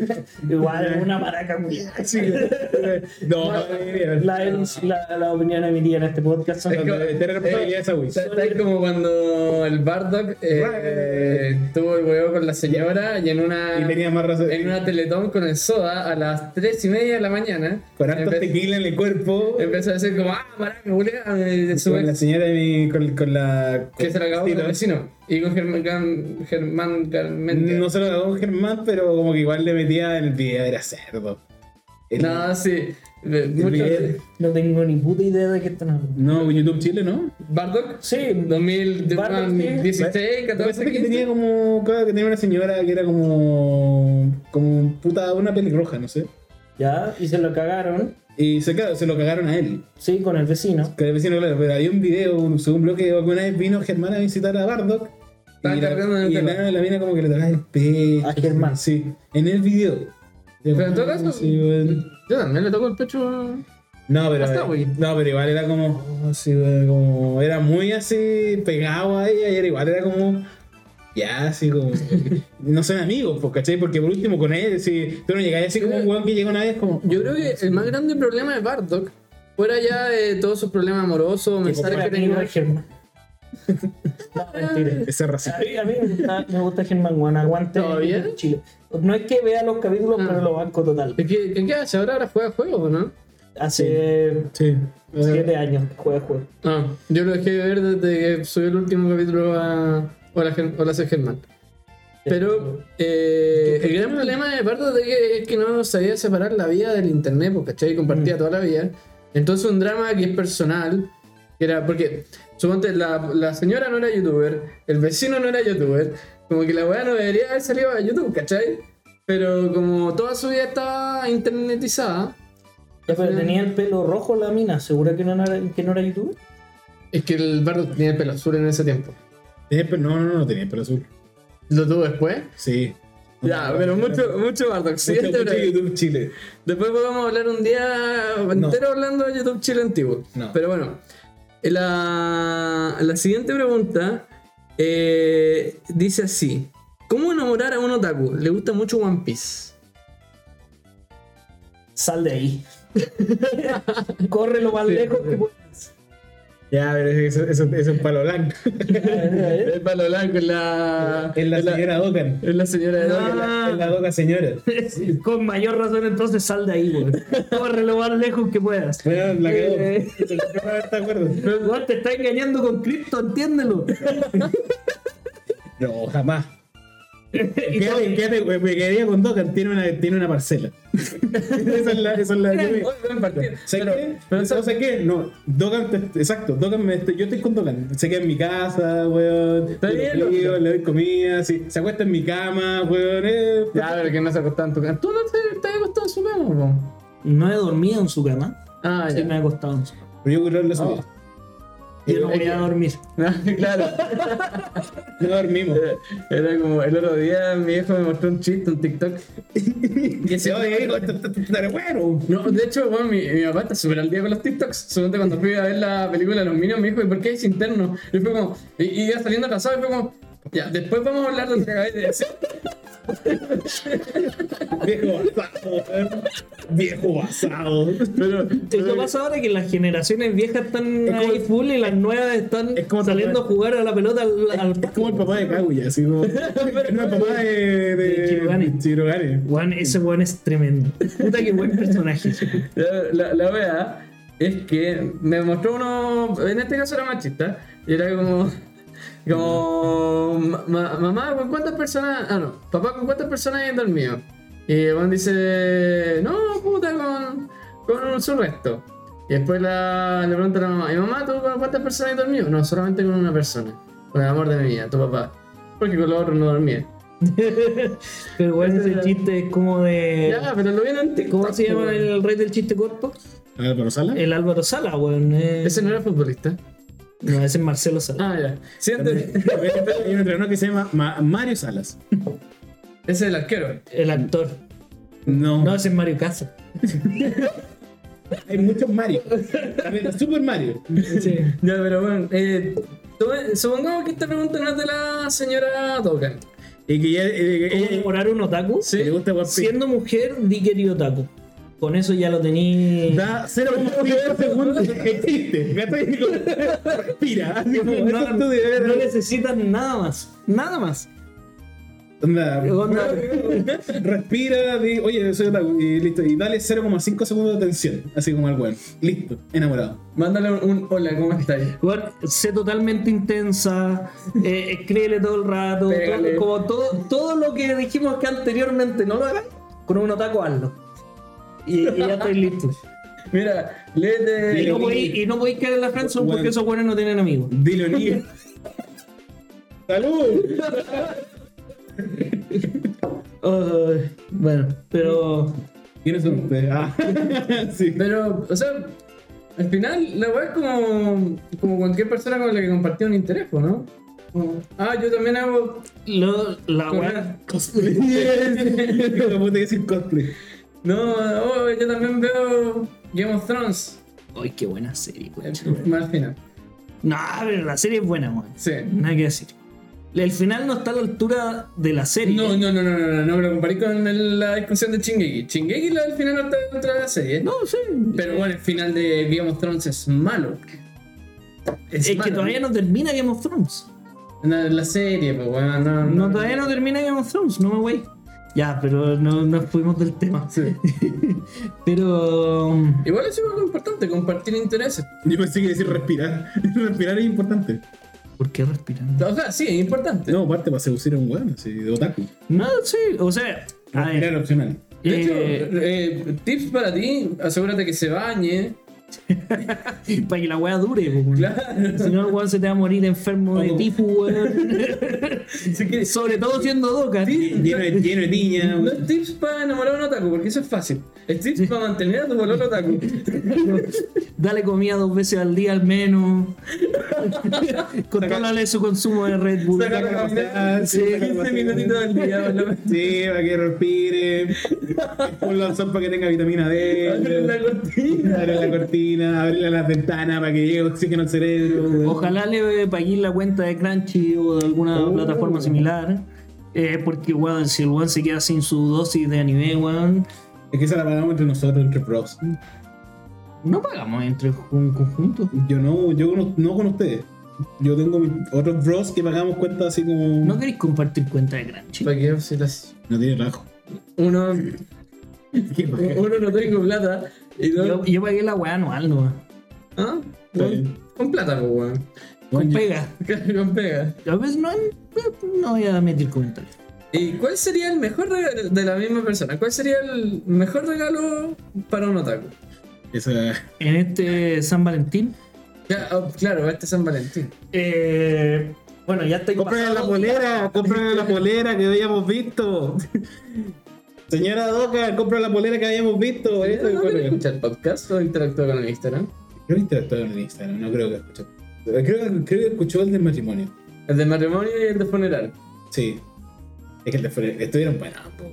Igual, una maraca culiada. Sí, eh, no, no debería haber. La, la, la opinión emitida en este podcast son Es que- tener eh, la posibilidad de esa, güey. Está está como cuando el Bardock eh, tuvo el huevo con la señora y en una, Y tenía más razón. en una teletón con el soda a las 3 y media de la mañana. Con harto empe- tequila en el cuerpo. Empezó a decir como, ah, maraca, Julia, Con la señora de mi. Con, con la. que se la acabó sí, con el no, vecino. Y con Germán, Germán, Germán Garmendia. No se lo acabó Germán, pero como que igual le metía el video, era cerdo. El- No, sí. Eh, el video- Mucho. No tengo ni puta idea de qué están hablando. No, YouTube Chile, ¿no? Bardock, Sí, 2000, Bardock, sí. 2016, Parece 14, que 15. tenía como. claro, que tenía una señora que era como. Como puta, una pelirroja, no sé. ya, y se lo cagaron, Y se, claro, se lo cagaron a él. sí, con el vecino. Que el vecino, claro, pero había un video, un, según bloque, alguna vez vino Germán a visitar a Bardock. Estaba y la, cargando en el y teléfono. la, la mina como que le tocaba el pecho. A Germán. Sí, en el video. Pero en todo caso, Sí, weón. yo también le toco el pecho. No, pero, Hasta hoy. no, pero igual era como, oh, sí, weón, como. Era muy así pegado a ella y era igual, era como. Ya, así como. no son amigos, pues, ¿cachai? Porque por último con él, si tú no llegás así como un weón que llega una vez, como. Yo creo que el más grande problema de Bardock, fuera ya de todos sus problemas amorosos, mensajes Era que amigo tenía. de Germán. No, mentira. Ese racista. A mí, a mí me, gusta, me gusta Germán, weón. Aguante ¿Todavía? en Chile. No es que vea los capítulos, Ah. pero lo banco total. ¿Qué, qué, qué hace? Ahora, ahora juega juegos, ¿o ¿no? Hace Sí. siete años que juega juego. Ah, yo lo dejé de ver desde que subió el último capítulo a Hola, Gen- Hola soy Germán. Pero eh, el gran problema de Bardock de que, es que no sabía separar la vida del internet, porque ¿cachai? Compartía toda la vida. Entonces un drama que es personal, que era porque, suponte, la, la señora no era youtuber, el vecino no era youtuber, como que la weá no debería haber salido a YouTube, ¿cachai? Pero como toda su vida estaba internetizada, Ya, pero tenía el pelo rojo la mina, segura que no era, que no era youtuber. es que el Bardock tenía el pelo azul en ese tiempo. Tenía pe- No, no, no, tenía pelo azul. ¿Lo tuvo después? Sí. Ya, pero mucho, mucho Bardock. Sí, Siguiente break. YouTube Chile. Después podemos hablar un día entero hablando de YouTube Chile antiguo. No. Pero bueno, la, la siguiente pregunta eh, dice así: ¿Cómo enamorar a un otaku? Le gusta mucho One Piece. Sal de ahí. Corre lo más lejos que puedas. Ya, pero eso, eso, eso es un palo blanco. El palo blanco, la. Es la Ah. es señora Docan. es la señora de No, Doca, la- Es la Doca señora. Con mayor razón, entonces sal de ahí, güey. Corre lo más lejos que puedas. Bueno, la cagó. Eh. ¿Te acuerdas? Weón, te está engañando con cripto, entiéndelo. No, jamás. Y Quédate, sabe- quédate, güey, me quedaría con Docan. Tiene una, tiene una parcela. esa es la. Esa es la yo me- Oye, buen partido. ¿Sabes Pero- qué? pero, no, ¿sabes qué? No, Dogan, te- exacto, Dogan me estoy- yo estoy con Dogan. Se queda en mi casa, weón. Está yo lo bien, cuido, loco. le doy comida, sí, se acuesta en mi cama, weón. eh, Ya, pero que no se acostan tu Tú no te, te acostabas mismo, po. No he dormido en su cama. Ah, Sí, ya. me he acostado en su cama. Pero yo creo que lo Oh. sabía. Yo Eh, no voy eh, a dormir. claro. No Eh, dormimos. Era como el otro día mi hijo me mostró un chiste, un TikTok. Y se oye, hijo, esto- esto- esto era bueno. No, de hecho, bueno, mi, mi papá está súper al día con los TikToks. Solamente cuando fui a ver la película de los Minions me dijo, ¿y por qué es interno? Y fue como, y, y iba saliendo atrasado y fue como, ya, después vamos a hablar de lo que acabáis de decir. Viejo basado, weón. Viejo basado. Pero, Es lo que pasa ahora que las generaciones viejas están Es como- ahí full y las nuevas están es como- saliendo a jugar a la pelota al, al Es como el papá de Kaguya, así como. No, el papá de. De Kirogane. Chirogane. Weón, ese weón es tremendo. Puta que buen personaje. la, la, la wea es que me mostró uno, en este caso era machista, y era como, como, "Ma- mamá, ¿con cuántas personas, ah no, papá, ¿con cuántas personas hay dormido? Y Juan dice, no, puta, con, con su resto. Y después la, le pregunta a la mamá, ¿y mamá, tú con cuántas personas has dormido? No, solamente con una persona, con el amor de mi vida, tu papá, porque con los otros no dormía. Pero weón, Ese ese era- chiste es como de. Ya, pero lo vieron antes. Eh, ¿Cómo se llama el rey del chiste corto? A ver, Ah, pero sala. El Álvaro Sala, weón. eh. Ese no era futbolista. No, ese es Marcelo Sala. Ah, ya. Siguiente. Hay un entrenador que se llama Ma- Mario Salas. Ese es el arquero. El actor. No, No, ese es Mario Casa. hay muchos Mario. También está Super Mario. Sí. Ya, pero bueno, eh, tome- supongamos que esta pregunta no es de la señora Token. Y que ya. eh, ¿Cómo eh, eh, enamorar un otaku? Sí. que le gusta One Piece. Siendo mujer, di querido otaku. Con eso ya lo tení. Da 0.5 segundos de que existe. Gato y digo, Respira. Así como, No, eso es tu deber. no necesitan nada más. Nada más. Onda, Onda- Respira, di, oye, soy otaku, y listo. Y dale 0,5 segundos de atención, así como al weón. Listo, enamorado. Mándale un, un hola, ¿cómo estáis? Bueno, sé totalmente intensa, eh, escríbele todo el rato, Pégale. todo, como todo, todo lo que dijimos que anteriormente no lo hagan, con un otaco hazlo. Y, y ya estoy listo. Mira, léete. y, Pero- no podéis, y no podéis caer en la friendzone Bueno. porque esos buenos no tienen amigos. Dilo, niño. ¡Salud! Ay, bueno, pero ¿Quiénes son ustedes? Ah, sí. Pero, o sea, al final la weá es como, como cualquier persona con la que compartía un interés, ¿o ¿no? Como, ah, yo también hago. lo- la Con weá- ¿Cómo te decir cosplay? No, oh, yo también veo Game of Thrones. Ay, qué buena serie, Eh, concha, weón. Más al final. No, pero la serie es buena, weón. Sí. Nada que decir. El final no está a la altura de la serie. No, no, no, no, no, no, no me lo comparé con el- la discusión de Chingeki. Chingeki la del final no está dentro de la serie. No, sí. Pero bueno, el final de Game of Thrones es malo. es que todavía no termina Game of Thrones. no. La serie, pues bueno, no. No, todavía no termina Game of Thrones, no me voy. Ya, pero no nos fuimos del tema. Sí. Pero. um, Igual eso es algo importante, compartir intereses. Yo pensé que decir respirar. Respirar es importante. ¿Por qué respirando? O sea, sí, es importante. No, aparte para seducir a un weón, así, de otaku. No, sí, o sea. A ver. Respirar opcional. De hecho, eh, eh, tips para ti, asegúrate que se bañe. para que la weá dure, po, weón. Claro. Si no, el weón se te va a morir enfermo de Ojo. tifus, weón. Así que, Sobre todo siendo doca. Lleno de, lleno de tiña. no es tips para enamorar a un otaku, porque eso es fácil. Es tips para mantener a tu color otaku. Dale comida dos veces al día al menos. Controlale su consumo de Red Bull. Saca- Saca pasear, ah, Sí, saca 15 pasear. minutitos al día, por lo menos. Sí, para que respire. Un lanzón para que tenga vitamina D. Abre la cortina. Abrir la cortina, abrirle las ventanas para que llegue oxígeno al cerebro. Ojalá le paguen la cuenta de Crunchy o de alguna Oh. plataforma similar. Eh, porque, weón, si el weón se queda sin su dosis de anime, weón, Es que esa la pagamos entre nosotros, entre pros. no pagamos entre un conjunto. Yo no, yo no, no con ustedes. Yo tengo mis otros bros que pagamos cuentas así como. ¿No queréis compartir cuenta de Crunchy? Para que si las- No tiene rajo. uno, uno no tengo plata y dos. Yo, yo pagué la weá anual, nomás. ¿Ah? Está Con- bien. Con plata, pues, weón. Con Bueno, yo- pega. Con pega. A veces no, eh, no voy a meter comentarios. ¿Y cuál sería el mejor regalo de la misma persona? ¿Cuál sería el mejor regalo para un otaku? Esa. En este San Valentín. Ya, oh, claro, este San Valentín. Eh, bueno, ya estoy Compren pasado- la polera, compren la polera que habíamos visto. Señora Doca, compra la polera que habíamos visto. eh. esto y ¿No quiere correo. escuchar el podcast o interactúa con el Instagram? Creo que interactuó en el Instagram, no creo que escuchó. Creo, creo que escuchó el del matrimonio. El de matrimonio y el de funeral. Sí. Es que el de funeral. Estuvieron buenos. po.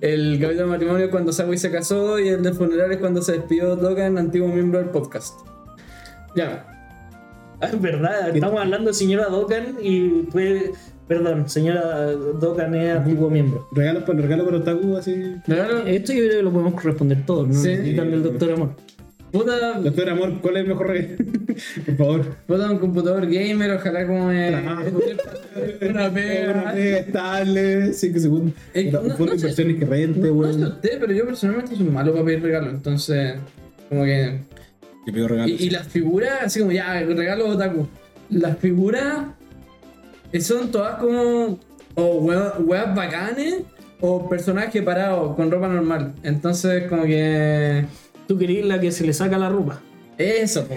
El capítulo de matrimonio es cuando Sawi se casó y el de funeral es cuando se despidió Dogan, antiguo miembro del podcast. Ya. Ah, es verdad, estamos hablando de señora Dokan y fue. Perdón, señora Dokan es antiguo miembro. Regalo para regalo para Otaku, así. Claro, Esto yo creo que lo podemos corresponder todos, ¿no? Sí. Necesitan del doctor amor. puta, Doctor Amor, ¿cuál es el mejor regalo? Por favor. puta un computador gamer, ojalá como eh, Trabajo. una Una pega. pega estable, 5 segundos. Eh, Puta, un no- fondo no de sé. inversiones que rente, No weón. sé usted, pero yo personalmente soy malo para pedir regalos, entonces como que Yo pido regalos. Y, y las figuras, así como ya, regalo otaku. Las figuras eh, son todas como o hue- weas bacanes o personajes parados con ropa normal. Entonces, como que. Tú querés la que se le saca la ropa. Eso, po,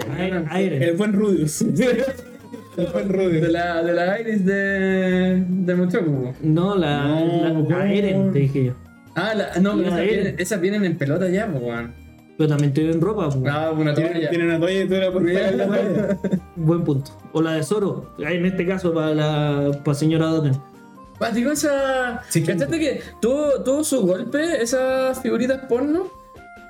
Aire. weón. El buen Rubius. el buen De Rubius. la, de la Iris de. de Muchoku, po. No, la, No, la- weón. a Eren, te dije yo. Ah, la- no, La esas Iris. vienen, esas vienen en pelota ya, po, weón. Pero también estoy en ropa, pues. Ah, una Tiene, toalla. tiene una toalla y tú la puedes pegar en la toalla. Buen punto. O la de Zoro. En este caso, para la para señora Dokken. Básicamente esa. Sí, que- ¿Cachaste que tuvo, tuvo su golpe esas figuritas porno?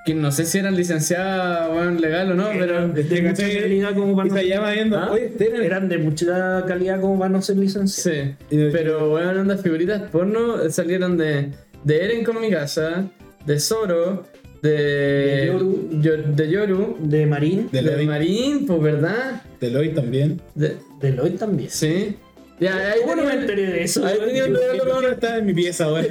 Que no sé si eran licenciadas bueno, legal o no, pero. Eh, de ¿Te mucha cachai? calidad como para Y no se llama viendo. ¿Ah? Oye, Tere. Eran de mucha calidad como para no ser licenciados. Sí. Y- Pero bueno, las figuritas porno salieron de, de Eren con mi casa, de Zoro, de. De Yoru. Yo- de Yoru, De Marín. De de, Lloyd. Marín, pues verdad. Deloitte también. De- De Lloyd también. sí. Ya, ahí ¿Cómo no tenía- me enteré de eso? Ahí weón? tenía un regalo, Creo que para- está en mi pieza ahora.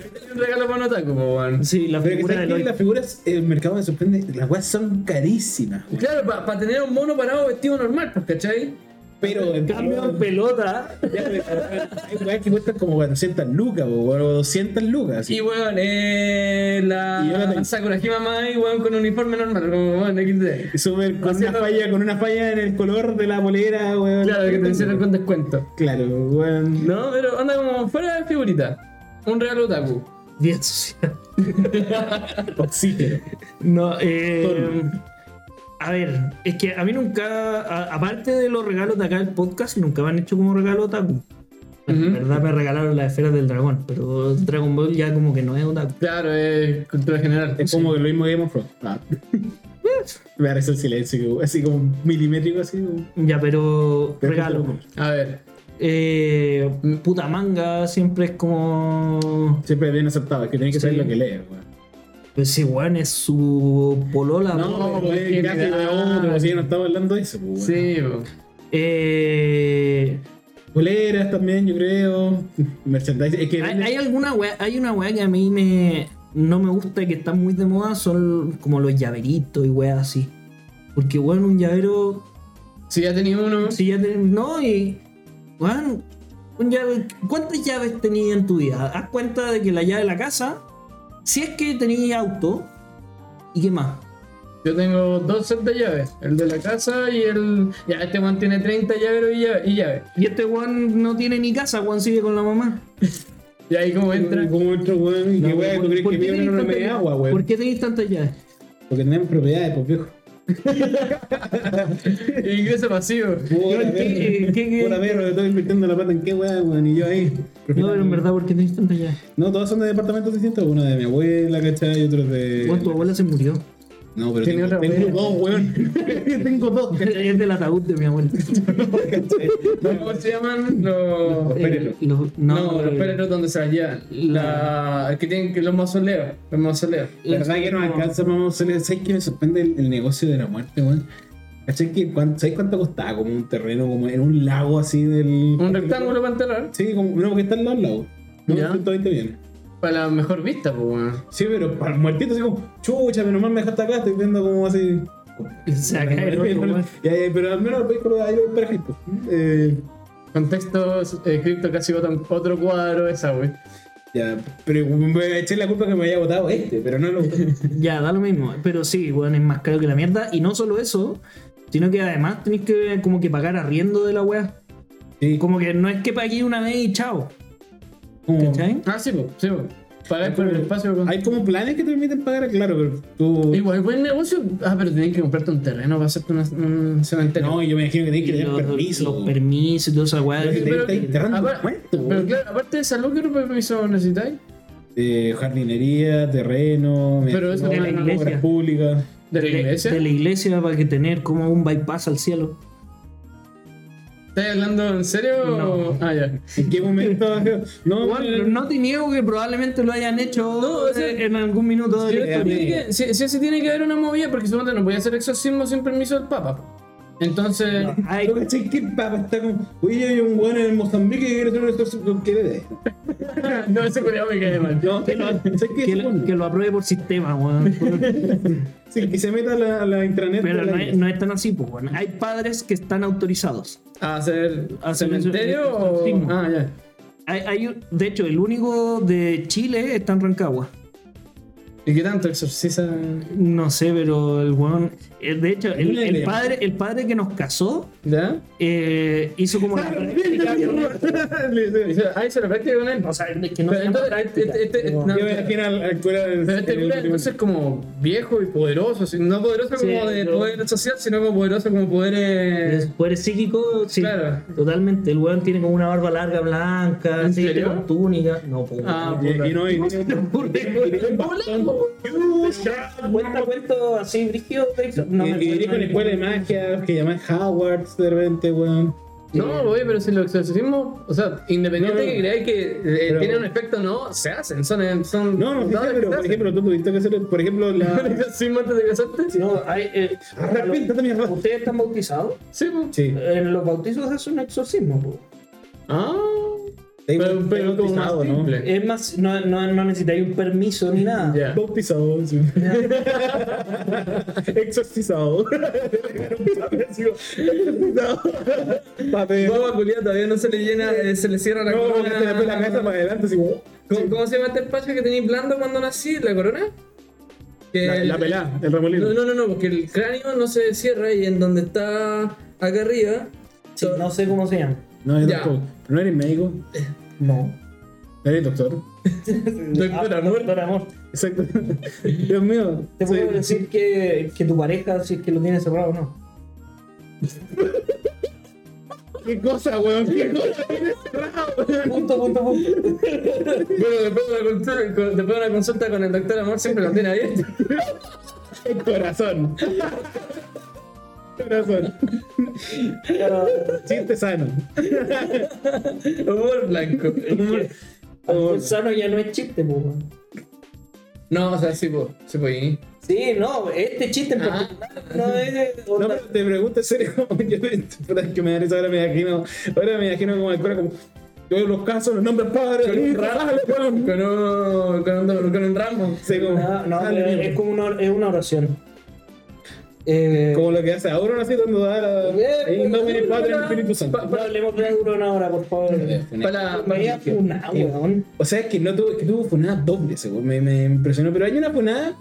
tenía un regalo para un otaku, pues, weón. Sí, la Pero que figura de ¿sabes qué? Lloyd. las figuras, el mercado me sorprende, las weas son carísimas. weón. Claro, para tener un mono parado vestido normal, pues, ¿cachai? Pero en Cambio en cambio, pelota. hay weas que cuestan como 400 lucas po, weón, o 200 lucas. así. Y weón, eh, Y yo la la tengo. Sakura Himamai, weón, con uniforme normal, como weón, XD. Y súper con una, Haciendo- falla, con una falla en el color de la polera, weón. Claro, que te hicieron con descuento. Claro, weón. No, pero anda como fuera de figurita. Un regalo otaku. Bien social. Oxígeno. No, eh. A ver, es que a mí nunca, a- aparte de los regalos de acá del podcast, nunca me han hecho como regalo otaku. Ujú. En verdad me regalaron las esferas del dragón, pero Dragon Ball ya como que no es otaku. Claro, es cultura general. Es como lo mismo Game of Thrones. Ah. Me parece el silencio, que hubo, así como milimétrico, así como. Ya, pero Pero- regalo. A ver, Eh, puta manga siempre es como... Siempre bien aceptado, es que tenés que saber Sí. lo que lees, weón. Pues si weón es su polola. No, No, po. pues, pues, casi que- de otro, si yo no estaba hablando de eso, pues, weón. sí, po. Eh, Poleras también, yo creo. Merchandising. Es que hay, venden- hay alguna weá- hay una weá que a mí me no me gusta y que está muy de moda, son como los llaveritos y weá así. Porque weón, un llavero Si ya tenía uno, Si ya ten- No, y. Weón, un llave- ¿cuántas llaves tenías en tu vida? Haz cuenta de que la llave de la casa, si es que tenías auto, ¿y qué más? yo tengo dos sets de llaves. El de la casa y el. Ya, este weón tiene 30 llaveros y llave- y llaves. Y este Juan no tiene ni casa, Juan sigue con la mamá. Y ahí como entra. ¿Cómo entra, weón? ¿Y qué No, weón? ¿Tú crees que viven en una media agua, ¿Por weón? qué tenéis tantas llaves? Porque tenemos propiedades, pues viejo. Ingreso pasivo. Pura ¿qué- qué- qué- ver- pura verga, estoy invirtiendo la plata en qué weón, weón. Y yo ahí. No, pero en verdad, ¿por qué tenéis tantas llaves? No, todas son de departamentos distintos. Uno de mi abuela, ¿cachai? Y otro de. Juan, tu abuela se murió. No, pero Tiene tengo, otra tengo abuela. dos, weón. tengo dos, Es del ataúd de mi abuela. ¿cachai? ¿Cómo se llaman? Los. Los péreros. Eh, los- No, Ah. no, los péreros donde se las llevan. La... Que tienen que los mausoleos. Los mausoleos. La verdad que no alcanza, vamos a hacer- ¿Sabes qué me sorprende el, el negocio de la muerte, weón? ¿Cachai que cuán- ¿Sabes cuánto costaba? Como un terreno, como en un lago así del. Un rectángulo para enterrar. Sí, como, no, porque está al lado del lago. Como Ya. 120 millones. Para la mejor vista, pues, weón. Sí, pero para el muertito, así como, chucha, menos mal me dejaste acá, estoy viendo como así. eh, Se acaba el otro, weón. Ya, ya, pero al menos podéis colocar ahí un perfecto. Eh, Contexto eh, cripto casi botan otro cuadro esa, güey. ya, pero me eché la culpa que me haya votado este, pero no lo Ya, da lo mismo. Pero sí, weón, es más caro que la mierda. Y no solo eso, sino que además tenés que como que pagar arriendo de la weá. Sí, Como que no es que pagué una vez y chao. como. Mm. ¿Cachai? Ah, sí, pues, sí, pues. Pagar por el espacio. weón. Hay como planes que te permiten pagar, claro, pero tú. Igual, buen negocio. Ah, pero tenés que comprarte un terreno para hacerte una- un cementerio. No, yo me imagino que tenés que Y tener los, permiso. los permisos y toda esa weá. Pero que te- Pero- estáis enterrando apar- un muerto, Pero weón. claro, aparte de salud, ¿qué otro permiso necesitáis? Eh, jardinería, terreno, Pero eso no, de la obras iglesia. públicas. ¿De la iglesia? De la iglesia para que tener como un bypass al cielo. ¿Estás hablando en serio? No. Ah, ya. ¿En qué momento? No, Igual, pero- no te niego que probablemente lo hayan hecho eh, No, ese- eh, en algún minuto de Si la eh, esto historia. tiene que- Si si- si tiene que haber una movida, porque supongo no podía hacer exorcismo sin permiso del Papa. Entonces, Ay, Lo que sé que el Papa está como, oye, hay un weón en Mozambique que quiere tener un exorcismo con que le dé. no, ese culiado me cae mal. No, no, sé que, que, ese lo- weón, que lo apruebe por sistema, weón. sí, que se meta a la, a la intranet. Pero de la no es, iglesia. no es tan así, pues, weón. Hay padres que están autorizados. ¿A hacer A hacer cementerio o.? exorcismo. Ah, ya. Hay, hay un- de hecho, el único de Chile está en Rancagua. ¿Y qué tanto exorciza? No sé, pero el weón. eh, De hecho, el, Una el idea. padre, el padre que nos casó ¿Ya? eh, hizo como la práctica. Ahí se lo "Ah, práctica con él. O sea, es que no Pero se llama entonces, este- práctica, este- este- pero- no, Yo me imagino al, al cura del- Pero este del- cura entonces es como viejo y poderoso, así, no poderoso Sí, como de pero- poder social, sino como poderoso como Es poderes... poder psíquico, sí. Eh, Claro. Totalmente. El weón tiene como una barba larga, blanca, ¿En así, serio? con túnica. No, pues. Ah, Y, y no, y no. Cuenta cuento así, brígido. de hecho. y, No me y acuerdo. dirijo una escuela de magia que llaman Howard de repente, weón. No, oye, pero si los exorcismos, o sea, independiente No, no. que creáis que eh, Pero- tiene un efecto o no, se hacen, son... eh, son No, no, sí, dadas que pero se por hacen. ejemplo, tú tuviste que hacer, por ejemplo, ¿Un la. exorcismo antes de casarte? Sí, No, hay, eh, Arrepéntate, mi raza. ¿Ustedes están bautizados? pues. Sí. En los bautizos es un exorcismo. po. Ah, Hay pero, un- pero hay como más bautizado, ¿no? simple. Es más, no, no, no necesitáis un permiso ni nada. Ya. Bautizado, sí. Exorcizado. Exorcizado. Papel. Guagua culiada, todavía no se le llena, eh, se le cierra la No, porque corona. se le fue la cabeza para adelante, así como. ¿Cómo, cómo se llama este espacio que tenéis blando cuando nací? ¿La corona? Que La, la el- pelá, el remolino. No, no, no, no, porque el cráneo no se cierra y en donde está acá arriba. Sí, no sé cómo se llama. No, yo Ya. tampoco. ¿No eres médico? No. ¿No eres doctor? Doctor Ah, Amor. Doctor Amor. Exacto. Dios mío. Te puedo Sí. decir que, que tu pareja, si es que lo tiene cerrado o no. ¿Qué cosa, weón? ¿Qué cosa? Tienes cerrado, weón. Punto, punto, punto. Bueno, después de, una consulta, con- después de una consulta con el doctor Amor siempre lo tiene abierto. El corazón. Corazón. Chiste sano. Humor blanco. humor- El sano ya no es chiste, po. weón. No, o sea, sí, po, sí, po, y- Sí, no, este chiste en particular no es. No, pero te pregunto en serio, yo puta, es que me da risa, ahora me imagino, ahora me imagino como el cura como todos los casos, los nombres padres, Con un hijos, ramo, sale, weón. con un, con un, con un ramo. Sí, como, No, no, sale, pero weón. es como una, es una oración. Eh, Como lo que hace ahora así cuando da la el nombre del Padre y el Espíritu Santo. no hablemos de una hora, por favor. Para, Me había para- funado, weón. O sea, es que no tuvo, es que tuvo funadas dobles, según me, me impresionó. Pero hay una funada.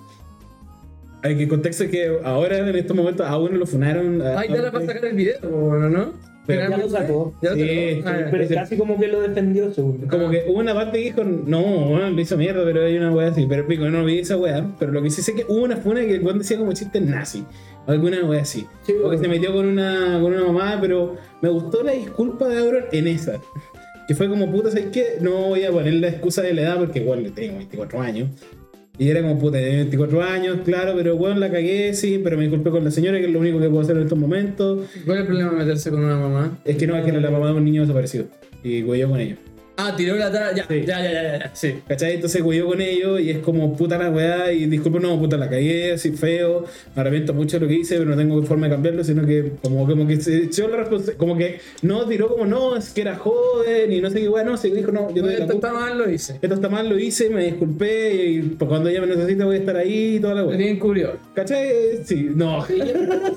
Hay que contexto es que ahora en estos momentos a uno lo funaron. eh, a- Ay, ya la a- vas a sacar el video, po, bueno, ¿no? Pero ya lo sacó. Ya lo Sí, sacó. Ah, ya. Pero casi como que lo defendió, según. Como que hubo una parte que dijo, no, bueno, lo hizo mierda, pero hay una wea así. Pero pico, no vi esa wea. Pero lo que sí sé es que hubo una funa que el weón decía como chiste nazi. Alguna wea así. Sí, o que bueno. se metió con una, con una mamá, pero me gustó la disculpa de Auron en esa. Que fue como, puta, ¿sabes qué? No voy a poner la excusa de la edad porque, bueno, le tengo 24 años. Y era como, puta, tenía 24 años, claro, pero bueno, la cagué, sí, pero me disculpé con la señora, que es lo único que puedo hacer en estos momentos. ¿Cuál es el problema de meterse con una mamá? Es que no, es que era la mamá de un niño desaparecido. Y yo con ellos. Ah, tiró la tara. Ya, Sí. ya, ya, ya, ya, sí. ¿Cachai? Entonces cuido con ellos y es como puta la weá y disculpa, no, puta la cagué, así feo, me arrepiento mucho de lo que hice, pero no tengo forma de cambiarlo, sino que como, como que se echó la responsabilidad, como que no tiró como no, es que era joven y no sé qué weá, no, se dijo no, yo te Esto está mal, lo hice. esto está mal, lo hice, me disculpé y pues, cuando ella me necesite voy a estar ahí y toda la Lo weá. tienen cubrió. ¿Cachai? Sí, no.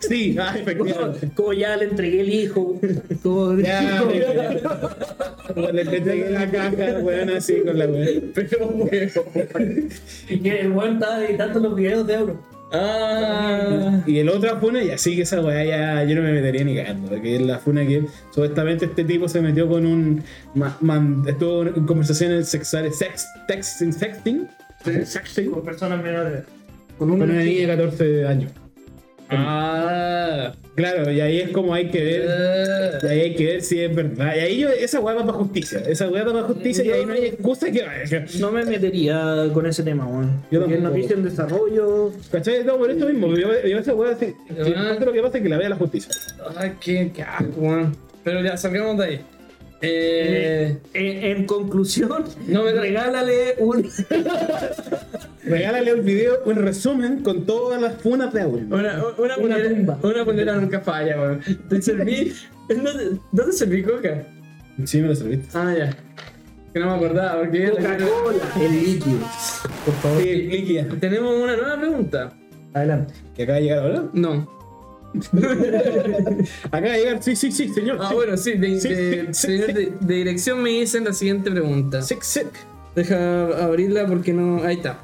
Sí, ah, efectivamente. Como ya le entregué el hijo. Como... Ya, me- le le entregué la caja, weón, así con la weá. Pero, weón. Y que el weón estaba editando los videos de Euro. Ah, Y el otra funa, y así que esa weá ya yo no me metería ni cagando, que es la funa que supuestamente este tipo se metió con un. ma- man- estuvo en conversaciones sexuales, sex, texting, sexting, sexting, Con personas menores. con una niña de 14 años. ah, Claro, y ahí es como hay que ver. Y ahí hay que ver si es verdad. Y ahí yo, esa weá va para justicia. Esa weá va para justicia y ahí no hay excusa que vaya. No me metería con ese tema, weón. Yo Porque es tampoco. noticia en desarrollo. ¿Cachai? No, por esto mismo. Yo, yo esa weá, si, si encuentro lo que pasa es que la vea la justicia. Ay, qué, qué asco, weón. Pero ya, salgamos de ahí. Eh, En, en conclusión, No me- regálale un. Regálale un video, un resumen con todas las funas de audio. una, una, polera, tumba. una polera nunca falla, weón. Te serví. ¿No te, no te serví coca? Sí, me lo serviste. Ah, ya. Que no me acordaba, porque. Coca-Cola, el líquido. Por favor, Sí, líquida. Tenemos una nueva pregunta. Adelante. Que acaba de llegar, ¿verdad? No. Acaba de llegar, sí, sí, sí, señor. Ah, sí. bueno, sí, de, Sí, de- sí, señor sí. de- de dirección me dicen la siguiente pregunta. Sick, sick. Deja abrirla porque no. Ahí está.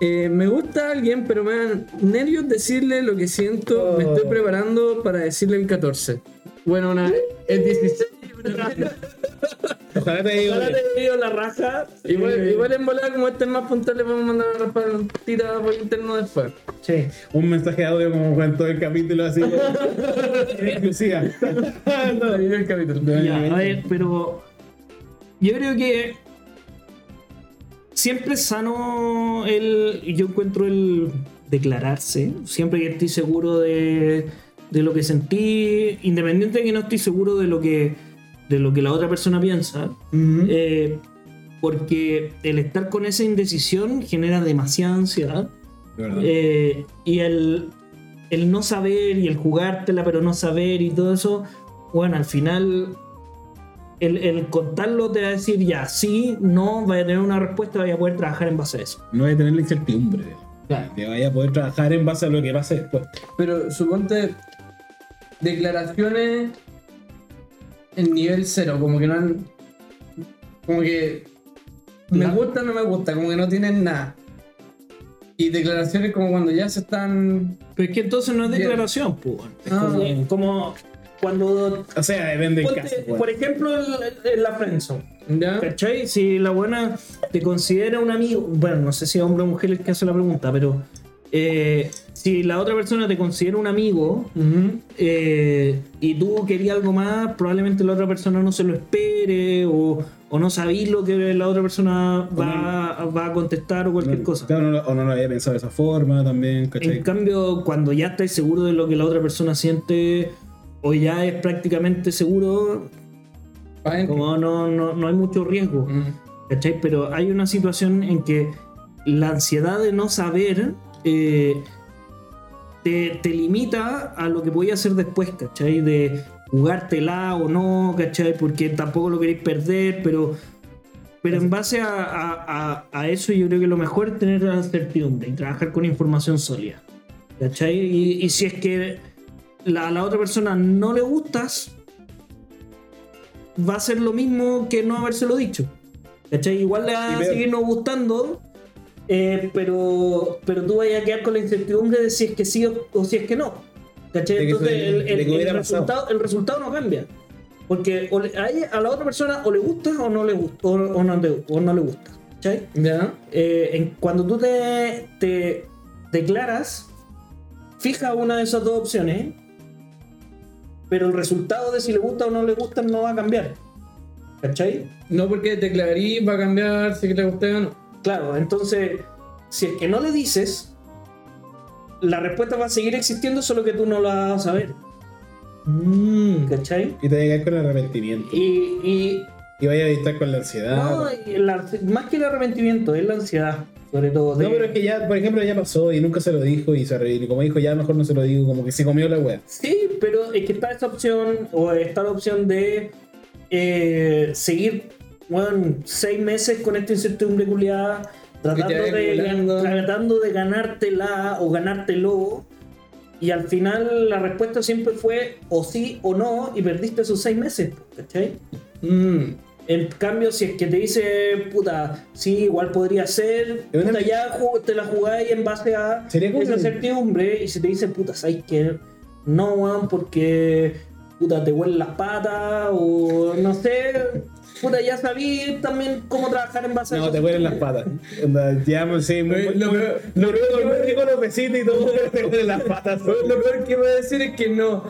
Eh, me gusta alguien, pero me dan nervios decirle lo que siento. Me estoy Oh. preparando para decirle el 14. Bueno, una. Es 16. una- Ojalá te diga. Ahora te dio la raja. igual, Eh, igual en volada, como este es más puntual, le podemos mandar una tira por interno después. Sí. Un mensaje de audio como en todo el capítulo así. en exclusiva. Ahí viene el capítulo. Ya, a ver, pero yo creo que siempre es sano el, yo encuentro el declararse, siempre que estoy seguro de, de lo que sentí, independiente de que no estoy seguro de lo que, de lo que la otra persona piensa, Ujú. eh, porque el estar con esa indecisión genera demasiada ansiedad. De verdad. Eh, y el, el no saber y el jugártela pero no saber y todo eso, bueno, al final el, el contarlo te va a decir ya, sí, no, vaya a tener una respuesta, vaya a poder trabajar en base a eso. No voy a tener la incertidumbre. Claro. Te vaya a poder trabajar en base a lo que pase después. Pero suponte declaraciones en nivel cero, como que no han. Como que me La- gusta no me gusta, como que no tienen nada. Y declaraciones como cuando ya se están. Pero es que entonces no es Bien. declaración, pues. bueno. Es Ah. como, como cuando... O sea, depende del ponte, caso. weón. por ejemplo, el- el- la friendzone. ¿Ya? ¿Cachai? Si la buena te considera un amigo, bueno, no sé si es hombre o mujer el que hace la pregunta, pero eh, si la otra persona te considera un amigo, Ujú. eh, y tú querías algo más, probablemente la otra persona no se lo espere o, o no sabís lo que la otra persona va, va a contestar o cualquier No, cosa. Claro, no lo- o no lo había pensado de esa forma también, ¿cachai? En cambio, cuando ya estás seguro de lo que la otra persona siente o ya es prácticamente seguro, Pa' dentro. como no, no, no hay mucho riesgo, Mm. ¿cachai? Pero hay una situación en que la ansiedad de no saber eh, te, te limita a lo que podías hacer después, ¿cachai? De jugártela o no, ¿cachai? Porque tampoco lo queréis perder, pero, pero en base a, a- a- a eso yo creo que lo mejor es tener la certidumbre y trabajar con información sólida, ¿cachai? Y, y si es que la- a la otra persona no le gustas, va a ser lo mismo que no habérselo dicho, ¿cachai? Igual le Y va a peor. seguir no gustando. Eh, pero, pero tú vayas a quedar con la incertidumbre de si es que sí o, o si es que no. ¿Cachai? De que Entonces fue- el, de el- que hubiera el pasado. resultado, el resultado no cambia. Porque o le- a, ella- a la otra persona o le gusta o no le gusta. O, o no, le- o no le gusta. ¿Cachai? ¿Ya? Eh, en- cuando tú te, te declaras, fija una de esas dos opciones. Pero el resultado de si le gusta o no le gusta no va a cambiar. ¿Cachai? No porque declarí va a cambiar si te gusta o no. Claro, entonces, si es que no le dices, la respuesta va a seguir existiendo, solo que tú no la vas a saber. Mm. ¿Cachai? Y te llegas con el arrepentimiento. Y, y- Y vaya a estar con la ansiedad. no, y la- más que el arrepentimiento, es la ansiedad, sobre todo. de- No, pero es que ya, por ejemplo, ya pasó y nunca se lo dijo y, se arre- y como dijo, ya mejor no se lo digo, como que se comió la wea. Sí, pero es que está esa opción, o está la opción de eh, seguir, bueno, seis meses con esta incertidumbre culiada, tratando Y te vas de, acumulando. tratando de ganártela o ganártelo, y al final la respuesta siempre fue o sí o no, y perdiste esos seis meses, ¿cachai? Mm. En cambio, si es que te dice, puta, sí, igual podría ser, Es una puta, mi- ya ju- te la jugáis en base a Sería como esa que- certidumbre y si te dice, puta, ¿sabes que No, weón, porque, puta, te huelen las patas o no sé, puta, ya sabí también cómo trabajar en base a No, eso. te huelen las patas. Onda, Ya, sí, muy, Oye, lo muy- peor- lo primero que me dijo los besitos y todo, pero te huelen las patas. Lo peor que voy a decir es que no.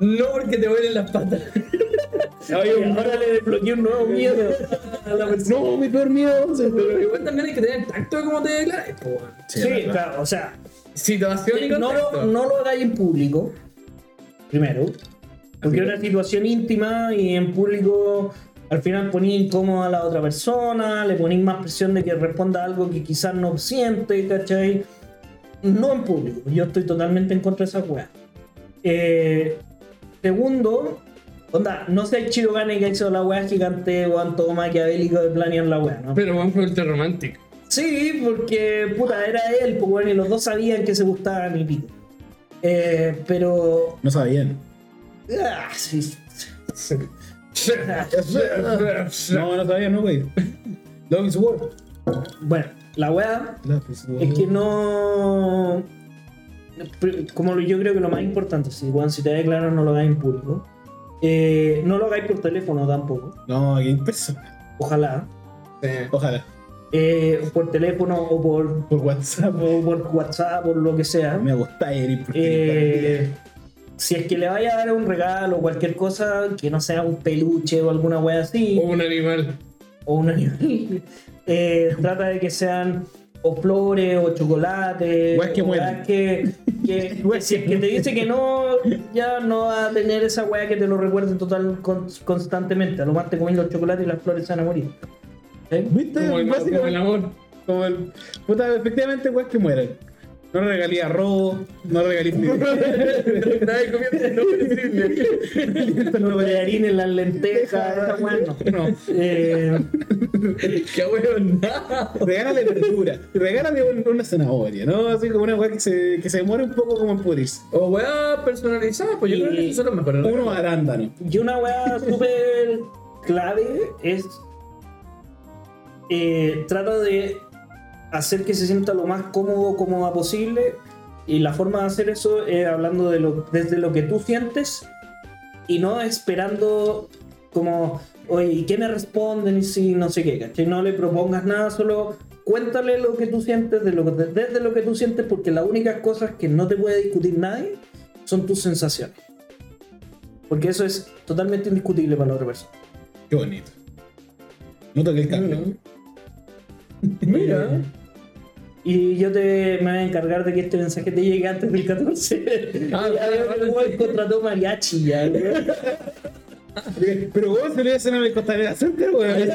No porque te huelen las patas. Oye, un- Ahora le desbloqueé un nuevo miedo a la persona. No, mi peor miedo. se- Pero igual también hay que tener tacto de cómo te declaras. po, weón. Sí, verdad. claro, o sea, Situación y no contexto. lo, no lo hagáis en público, primero, porque es una situación íntima y en público al final ponéis incómoda a la otra persona, le ponéis más presión de que responda a algo que quizás no siente, ¿cachai? No en público, yo estoy totalmente en contra de esa weá. Eh, segundo, onda, no sea el Chirogane que ha hecho la weá gigante, weón, todo maquiavélico de planear la weá, ¿no? Pero Juan fue ultra romántico. Sí, porque puta, era él, pues bueno, y los dos sabían que se gustaban y pico. Eh, pero. No sabían. ah, sí, sí. No, no sabían, no, güey. Love is war. Bueno, la weá Love is war. es que no. Como lo- yo creo que lo más importante, si, weón, si te declaras, no lo hagáis en público. Eh, no lo hagáis por teléfono tampoco, No, aquí en persona. ojalá. Ojalá. Eh, por teléfono o por, Por WhatsApp. o por WhatsApp, por lo que sea. Me gusta Eric. porque- Eh, si es que le vaya a dar un regalo o cualquier cosa que no sea un peluche o alguna wea así, O un animal. o un animal, eh, trata de que sean o flores o chocolate. Weas que o mueren. que- que- si es que te dice que no, ya no va a tener esa wea que te lo recuerde total con- constantemente. A lo más te comen los chocolates y las flores se van a morir. ¿Eh? ¿Sí? ¿Viste? Como el, Básicamente- como el amor. Como el. Puta, efectivamente, weas que mueren. No regalía robo, no regalí Nadie comiendo no decirle. Los tallarines, las lentejas, esa wea no. No. Eh, Qué weón. nada. Regálale verdura, regálale un- una zanahoria, ¿no? Así como una wea que se, que se demore un poco como en pudrirse. O weá personalizada, pues yo creo que eso son los mejores. Uno arándano. Y una weá súper clave es. eh, trata de hacer que se sienta lo más cómodo, cómoda posible. Y la forma de hacer eso es hablando de lo, desde lo que tú sientes y no esperando como, oye, ¿y qué me responden? Y si no sé qué, ¿cachai? No le propongas nada, solo cuéntale lo que tú sientes, de lo, que- desde lo que tú sientes, porque las únicas cosas que no te puede discutir nadie son tus sensaciones. Porque eso es totalmente indiscutible para la otra persona. Qué bonito. No toqué el cambio. Mira. Eh, Y yo te, me voy a encargar de que este mensaje te llegue antes del 14. Ah, ya veo que el weón contrató mariachi ya, weón. Pero vos se le hacen a la costanera cerca, weón.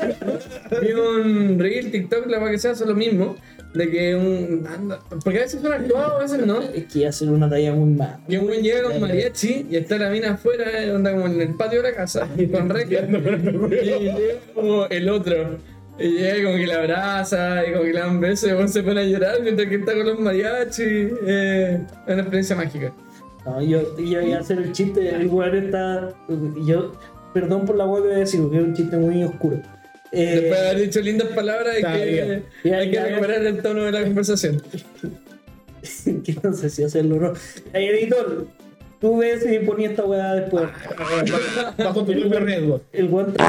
Vi un reel, TikTok, la más que sea, hace lo mismo. De que un. anda- porque a veces son actuados, a veces no. Es que hacer una talla muy mala. Y un buen llega con mariachi y está la mina afuera, eh, onda como en el patio de la casa, con reja. Y llega como el otro. Y llega como que la abraza, y como que le da un beso, y el weón se pone a llorar mientras que está con los mariachis. eh, es una experiencia mágica. No, yo, yo iba a hacer el chiste, el weón está. Yo, perdón por la weá que voy a decir, porque es un chiste muy oscuro. Eh, Después de haber dicho lindas palabras, hay Está que, bien. Ya, hay que ya, ya. recuperar el tono de la conversación. que no sé si hacerlo o no. Eh, editor, tú ves si ponía esta weá después. Ah. Bajo tu propio riesgo. El guante.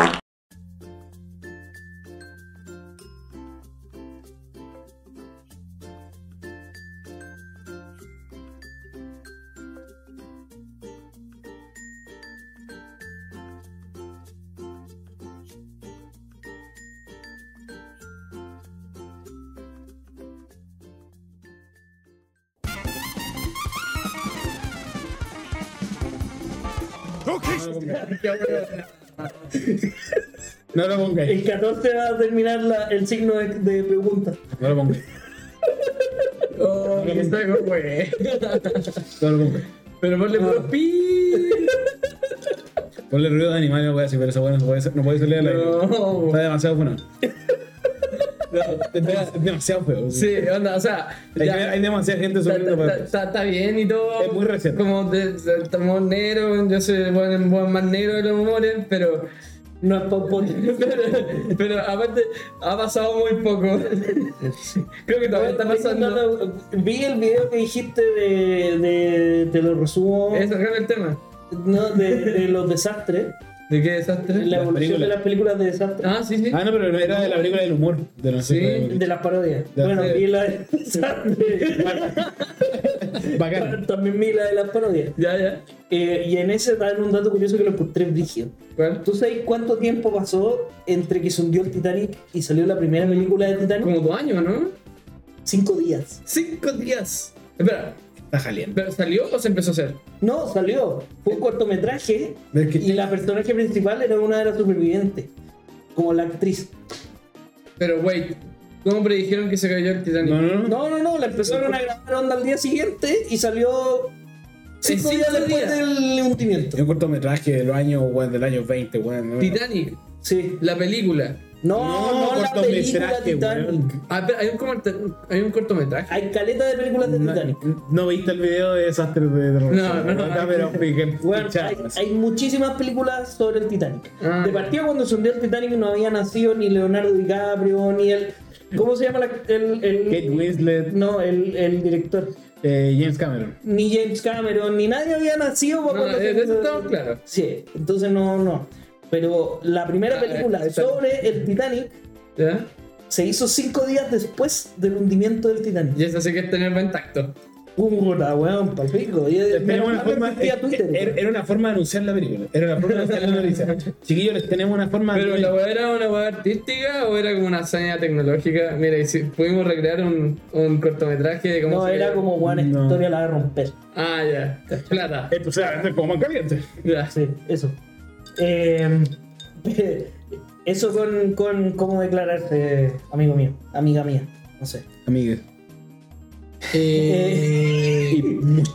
No lo pongáis. El 14 va a terminar la- el signo de, de pregunta. No lo pongáis. Oh, qué saco, güey. No lo pongáis. Pero ponle Ah. puro pi. Ponle ruido de animales, weón, así, pero eso bueno, no puede, ser- no puede salir al aire. No. Está demasiado bueno. Es demasiado feo. Sí, onda, o sea. Hay, ya, hay demasiada gente Está- subiendo Está para. está- está bien y todo. Es muy reciente. Como de- de- estamos negros, yo soy el buen- buen más negro de los humores, pero No es pop Pero, pero aparte, ha pasado muy poco. Creo que todavía está pasando. Vi el video que dijiste de. de te lo resumo. Eso es el tema. No, de, de los desastres. ¿De qué desastre? La Las evolución de películas. las películas de desastres. Ah, sí, sí. Ah, no, pero era de la película del humor. De la Sí, De las parodias. Ya. Bueno, Sí. vi la de desastres. Bacán. También vi la de las parodias. Ya, ya. Eh, y en ese dan un dato curioso que lo encontré brígido. ¿Cuál? ¿Tú sabes cuánto tiempo pasó entre que se hundió el Titanic y salió la primera película de Titanic? Como dos años, ¿no? Cinco días. Cinco días. Espera, Está jaleando. ¿pero salió o se empezó a hacer? No, salió. Fue Eh. un cortometraje Es que- y la personaje principal era una de las supervivientes. Como la actriz. Pero, wait, ¿cómo predijeron que se cayó el Titanic? No, no, no. No, no, no, la empezaron a grabar onda al día siguiente y salió cinco cinco días después días. del hundimiento. Es un cortometraje del año, weón, del año 20, weón. ¿no? Titanic, Sí. la película. No, No, no, la película cortometraje, Titanic. weón. Ah, espera, hay un, comert- hay un cortometraje. Hay caleta de películas de Titanic. No, no viste el video de desastres de terror. No, no, Está, no. pero pique- Bueno, chao. hay, hay muchísimas películas sobre el Titanic. Ah. de partida, cuando se hundió el Titanic, no había nacido ni Leonardo DiCaprio, ni el. ¿Cómo se llama la- el, el- Kate Winslet, No, el, el director. eh, James Cameron. Ni James Cameron, ni nadie había nacido. para No, eh, cuando se de de eso hundió el estamos Titanic. claros. Sí, entonces no, no. Pero la primera Ah, película eh, está- sobre el Titanic ¿Ya? se hizo cinco días después del hundimiento del Titanic. Ya se hace que es tenerlo intacto. Puta, weón, pal pico. Y- eh, Era menos una, mal no forma, eh, existía Twitter, era- weón. era una forma de anunciar la película. Era una forma de anunciar la noticia. Chiquillos, les tenemos una forma de. Pero la weá era una weá artística o era como una hazaña tecnológica. Mira, y si pudimos recrear un, un cortometraje de cómo No, se- era como, weón, esta eh, No. historia la va a romper. Ah, ya. Plata. Esto se va a vender Eh, como más caliente. Ya. Sí, eso. Eh, eso con, con cómo declararse, amigo mío, amiga mía, no sé. Amigues. Eh, Y,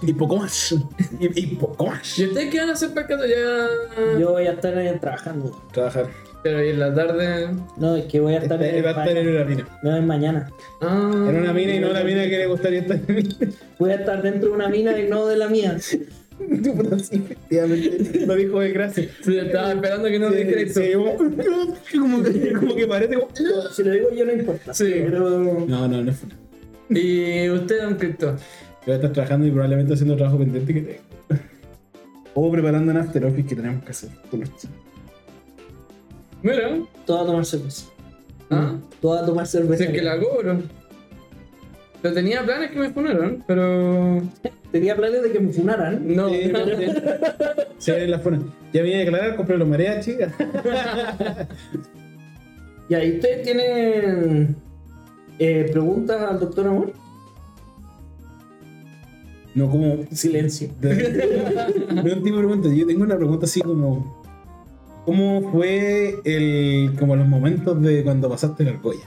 y poco más. Y, y poco más. ¿Y ustedes qué van a hacer para cuando Ah. ya.? yo voy a estar eh, trabajando. Trabajar. Pero y en la tarde. No, es que voy a estar Este en va a estar en una mina. no, es mañana. Ah. En una mina y no la mina que le gustaría estar en Voy a estar dentro de una mina y no de la mía. Tu puta, sí, efectivamente. Lo dijo de gracia. Sí, estaba esperando que no Sí, dijera eso. sí, como, como que, como que parece como- Si lo digo yo no importa. Sí. Pero No, no, no fue. nada. ¿Y usted, don Cristo? Yo voy a estar trabajando y probablemente haciendo el trabajo pendiente que tengo. O preparando un after office que tenemos que hacer. Mira. todo a tomar cerveza. Ah. Mm. Todo a tomar cerveza. Si es que la cobro. Pero tenía planes que me funaron, pero. Tenía planes de que me funaran. No. Sí, Se ven las funas. Ya vine a declarar, compré los mareas, chicas. Y ahí ustedes tienen eh, preguntas al doctor Amor. No, como. Silencio. No tipo de pregunta, yo tengo una pregunta así como. ¿Cómo fue el. como los momentos de cuando pasaste las argollas?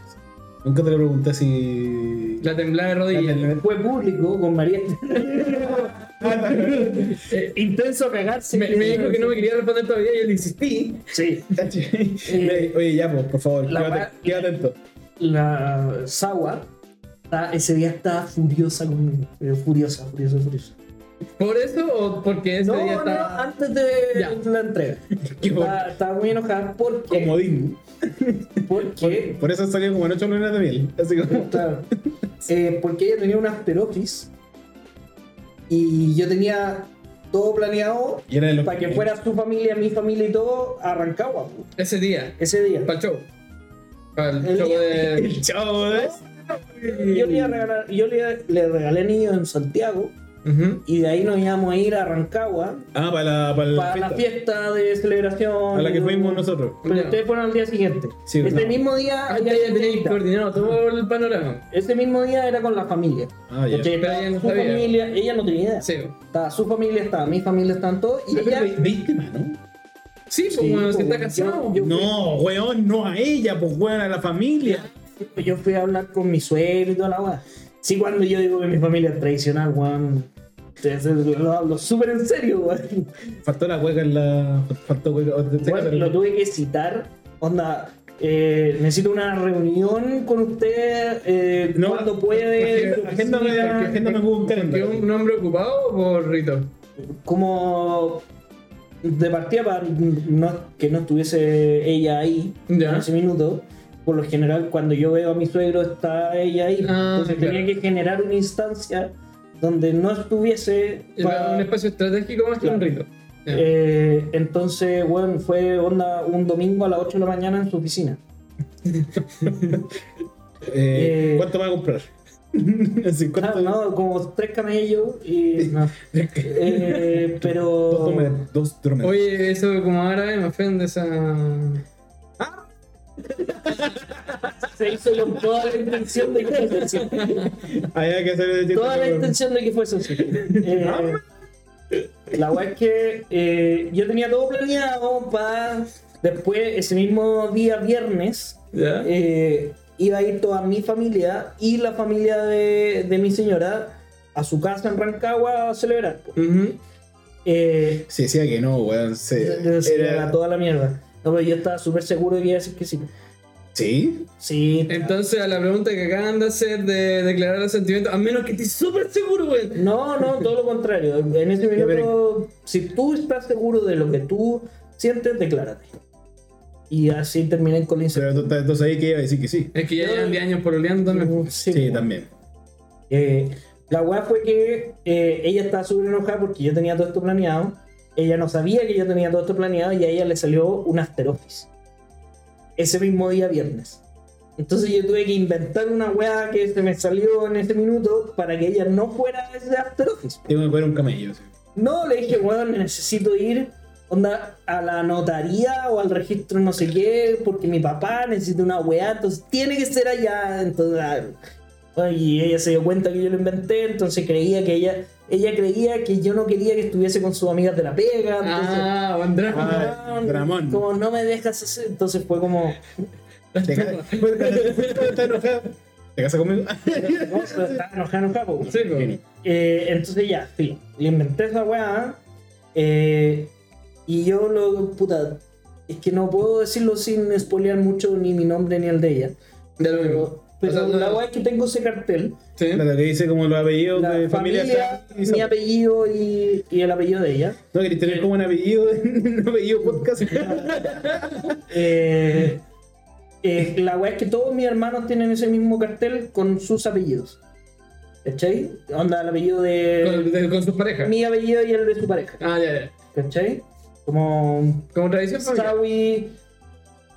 Nunca te lo pregunté si. La temblada de rodillas. La- Fue público con María. Intenso cagarse. Eh, Me, me dijo que no me quería responder todavía y yo le insistí. Sí. Ve, Oye, ya, pues, por favor, La quédate, weá- quédate atento. La Sawa está- ese día está furiosa conmigo. pero furiosa, furiosa, furiosa. ¿Por eso o porque ese No, día no, ah. estaba.? antes de Ya. la entrega. Qué Estaba, estaba muy enojada porque. Comodín. Porque. Por eso salió como en 8 lunas de miel. Así como. Claro. Eh, porque ella tenía un asperotis y yo tenía todo planeado Y era de los. para que fuera su familia, mi familia y todo a Rancagua pu, Ese día. ese día. Para el show. Para el, El show día- de. Chao, ¿eh? Yo, le, iba a regalar- yo le, le regalé niños en Santiago Ujú. y de ahí nos íbamos a ir a Rancagua Ah, para la, para la para la fiesta de celebración. A la que fuimos nosotros. Pero ustedes fueron al día siguiente. Sí, ese no. mismo día Ah, había ya tenéis fiesta. coordinado todo el panorama. Ese mismo día era con la familia. Ah, ya. ¿Cachai? Pero Estaba ella no su sabía. familia, ella no tenía idea. Sí. Estaba su familia, estaba mi familia, estaban todos. Y ella. víctima, ¿no? Sí, pues Sí, bueno, si pues, está yo- casado. yo- No, weón, no a ella, pues weón, a la familia. Yo fui a hablar con mi suegro y toda la weá. Sí, cuando yo digo que mi familia es tradicional, weón. entonces Lo hablo súper en serio, weón. Faltó la hueca en la. Faltó hueca. o- te- Weón, Lo tuve que citar. Onda, eh, necesito una reunión con usted eh, No, cuando puede. porque- agéndame- agéndame un Eh, Porque calendario. un hombre ocupado por Rito. Como de partida para no- que no estuviese ella ahí Ya. en ese minuto. Por lo general, cuando yo veo a mi suegro, está ella ahí. Ah, Entonces claro. tenía que generar una instancia donde no estuviese. Era pa- un espacio estratégico más que un Claro. rito. Ya. Eh, entonces, bueno, fue onda un domingo a las 8 de la mañana en su oficina. Eh, Eh, ¿Cuánto va a comprar? Así, ¿cuánto? Claro, no, como tres camellos y. no. Eh, Dos pero. drome- Dos dromedas. Oye, eso como árabe me ofende esa. Se hizo con toda la intención de que fuese así. Había que hacer el chiste, Toda la pero- intención de que fuese así. Eh, la weá es que eh, yo tenía todo planeado para después, ese mismo día viernes, ¿Ya? eh, iba a ir toda mi familia y la familia de, de mi señora a su casa en Rancagua a celebrar. po. Ujú. Eh, Sí, decía que no, weón. sí. se- Era- era toda la mierda. No, pero yo estaba súper seguro de que iba a decir que sí. Sí. Sí. Entonces, a la pregunta que acaban de hacer de declarar el sentimiento, a menos que estés súper seguro, güey. No, no, todo lo contrario. En ese Ya, pero- minuto, si tú estás seguro de lo que tú sientes, declárate. Y así terminé con la Pero tú incertidumbre. estás- entonces ahí que iba a decir que sí. Es que ya llevan 10 años pololeando, ¿no? Sí, Sí, también. Eh, la weá fue que eh, ella estaba súper enojada porque yo tenía todo esto planeado. Ella no sabía que yo tenía todo esto planeado y a ella le salió un after office. Ese mismo día viernes. Entonces yo tuve que inventar una weá que se me salió en ese minuto para que ella no fuera a ese after office. Tengo que poner un camello. sí. No, le dije, weón, necesito ir onda, a la notaría o al registro no sé qué, porque mi papá necesita una weá, entonces tiene que ser allá. Entonces, ah, bueno, y ella se dio cuenta que yo lo inventé, entonces creía que ella, ella creía que yo no quería que estuviese con sus amigas de la pega. Entonces, Ah, buen drama. Ah, weón, Dramón. Como no me dejas hacer, entonces fue como... ¿Te casas ¿Te casas conmigo? No, pero estaba enojado, enojado, po. Sí, pues. po. Genio. Eh, entonces ya, sí, le inventé esa weá. eh, y yo lo. Puta, es que no puedo decirlo sin spoilear mucho ni mi nombre ni el de ella. Ya lo mismo. Pero, pero O sea, no- la weá es que tengo ese cartel. Sí. Claro, que dice como los apellidos La de familia. familia, y son- mi apellido y, y el apellido de ella. No, querés tener como un apellido, un apellido podcast. Eh, eh, la weá es que todos mis hermanos tienen ese mismo cartel con sus apellidos. ¿Cachai? Onda, el apellido Con, de. de- con sus parejas. Eh, Mi apellido y el de su pareja. Ah, ya, ya. ¿Cachai? Como Como tradición familiar. Sawi, Pues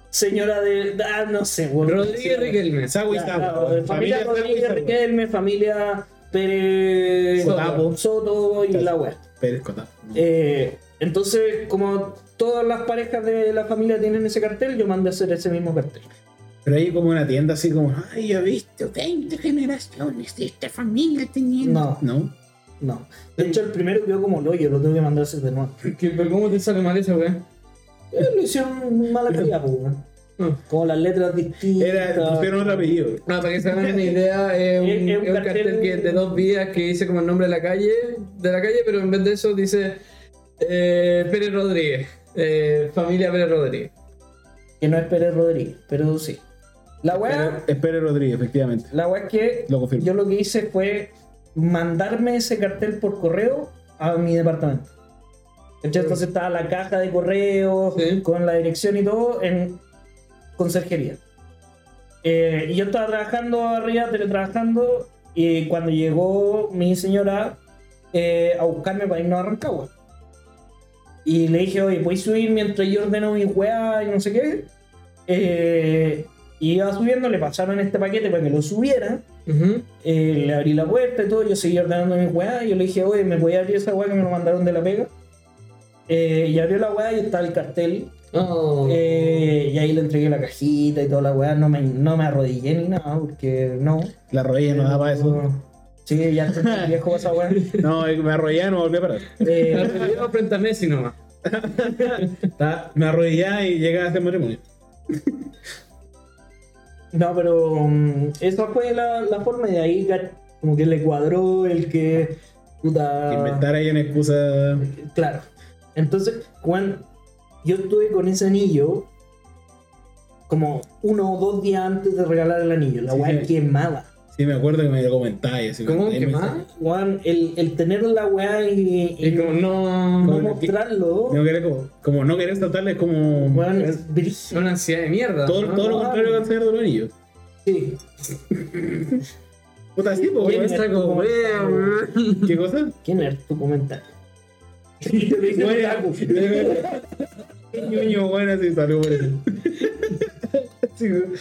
señora de. Ah, no sé, weón. Rodríguez Riquelme. Sagui, Ya, claro, Sagui. Familia Sagui, Rodríguez Sagui. Riquelme, familia Pérez Sotapo. Soto y la web. Pérez Cota. Eh. entonces, como todas las parejas de la familia tienen ese cartel, yo mandé a hacer ese mismo cartel. Pero hay como una tienda así como, ay, yo he visto 20 generaciones de esta familia teniendo. No. No. No. De hecho, el primero quedó como el hoyo, lo tengo que mandar a hacer de nuevo. Que- pero ¿Cómo te sale mal esa, güey? Eh, lo hicieron mala calidad, pues, weón. Ah. Como las letras distintas. Era, pusieron otro apellido. No, para que se hagan una idea, es un, Es- es un es un cartel, cartel- que, de dos vías que dice como el nombre de la calle, de la calle, pero en vez de eso dice eh, Pérez Rodríguez, eh, familia Pérez Rodríguez. Que no es Pérez Rodríguez, pero sí. La weá. Es Pérez Rodríguez, efectivamente. La weá es que Lo confirmo. yo lo que hice fue mandarme ese cartel por correo a mi departamento. ¿Cachai? Entonces estaba la caja de correos Sí. con la dirección y todo en conserjería. Eh, y yo estaba trabajando arriba, teletrabajando, y cuando llegó mi señora eh, a buscarme para irnos a Rancagua. Y le dije, oye, ¿puedes subir mientras yo ordeno mi weá y no sé qué? Eh, y iba subiendo, le pasaron este paquete para que lo subiera. Ujú. Eh, le abrí la puerta y todo, yo seguí ordenando mi weá. Yo le dije, oye, ¿me podía abrir esa weá que me lo mandaron de la pega? Eh, y abrió la weá y estaba el cartel. Oh. Eh, y ahí le entregué la cajita y toda la weá. No me, no me arrodillé ni nada, porque no. La rodilla no da para eso. Sí, ya estoy muy viejo para esa weá. No, me arrodillé y no volví a parar. La Eh, realidad frente a Messi nomás. Ta- Me arrodillé y llegué a hacer matrimonio. No, pero um, esa fue la, la forma y de ahí, ca- como que le cuadró el que. Puta. Inventar ahí una excusa. Claro. Entonces, Juan, yo estuve con ese anillo como uno o dos días antes de regalar el anillo. La Sí, weá sí. quemaba. Sí, me acuerdo que me lo comentáis. así, ¿Cómo? ahí ¿Qué me- más? Juan, el, el tener la weá y, y Y como no. no bueno, que- mostrarlo, No querer como, como no querer tratarle es como Juan, es brígido. Una ansiedad de mierda. todo, ¿no? todo lo no, contrario que no. el Señor de los Anillos. Sí. Puta, sí, po, Oye, weón. está como wea, weón. ¿Qué cosa? ¿Qué nerd tu comentario? Bueno, Qué ñoño, bueno, así salió por eso. Sí, weón.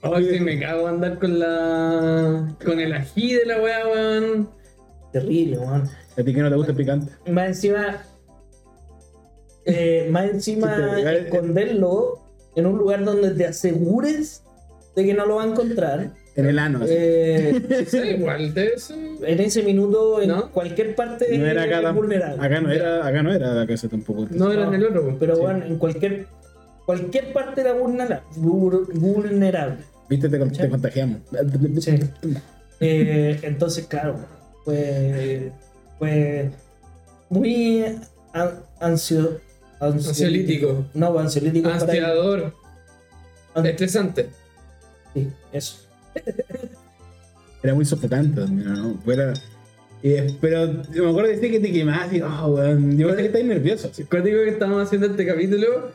Ay, sí, me cago en andar con la. con el ají de la wea, weón. Terrible, weón. A ti que no te gusta el picante. Más encima. eh, más encima Sí, te- eh, esconderlo en un lugar donde te asegures de que no lo va a encontrar. En el ano. así. Eh, Sí, igual de eso. en ese minuto, en ¿No? cualquier parte No era acá es tampoco. vulnerable. Acá no era, acá no era la casa tampoco. No era en el otro, weón. Pero Sí. bueno, en cualquier cualquier parte era vulnera- vul- vulnerable. Viste, te, con- te contagiamos. Sí. Eh, entonces, claro, fue, fue muy an- ansio, ansio- Ansiolítico. No, ansiolítico. para- Ansiador. An- Estresante. sí, eso. Era muy sofocante también, ¿no? Fuera- y, eh, pero yo me acuerdo de decir que te quemabas y, oh, weón. Yo pensé que estáis nervioso. así. Cuático que estábamos haciendo este capítulo.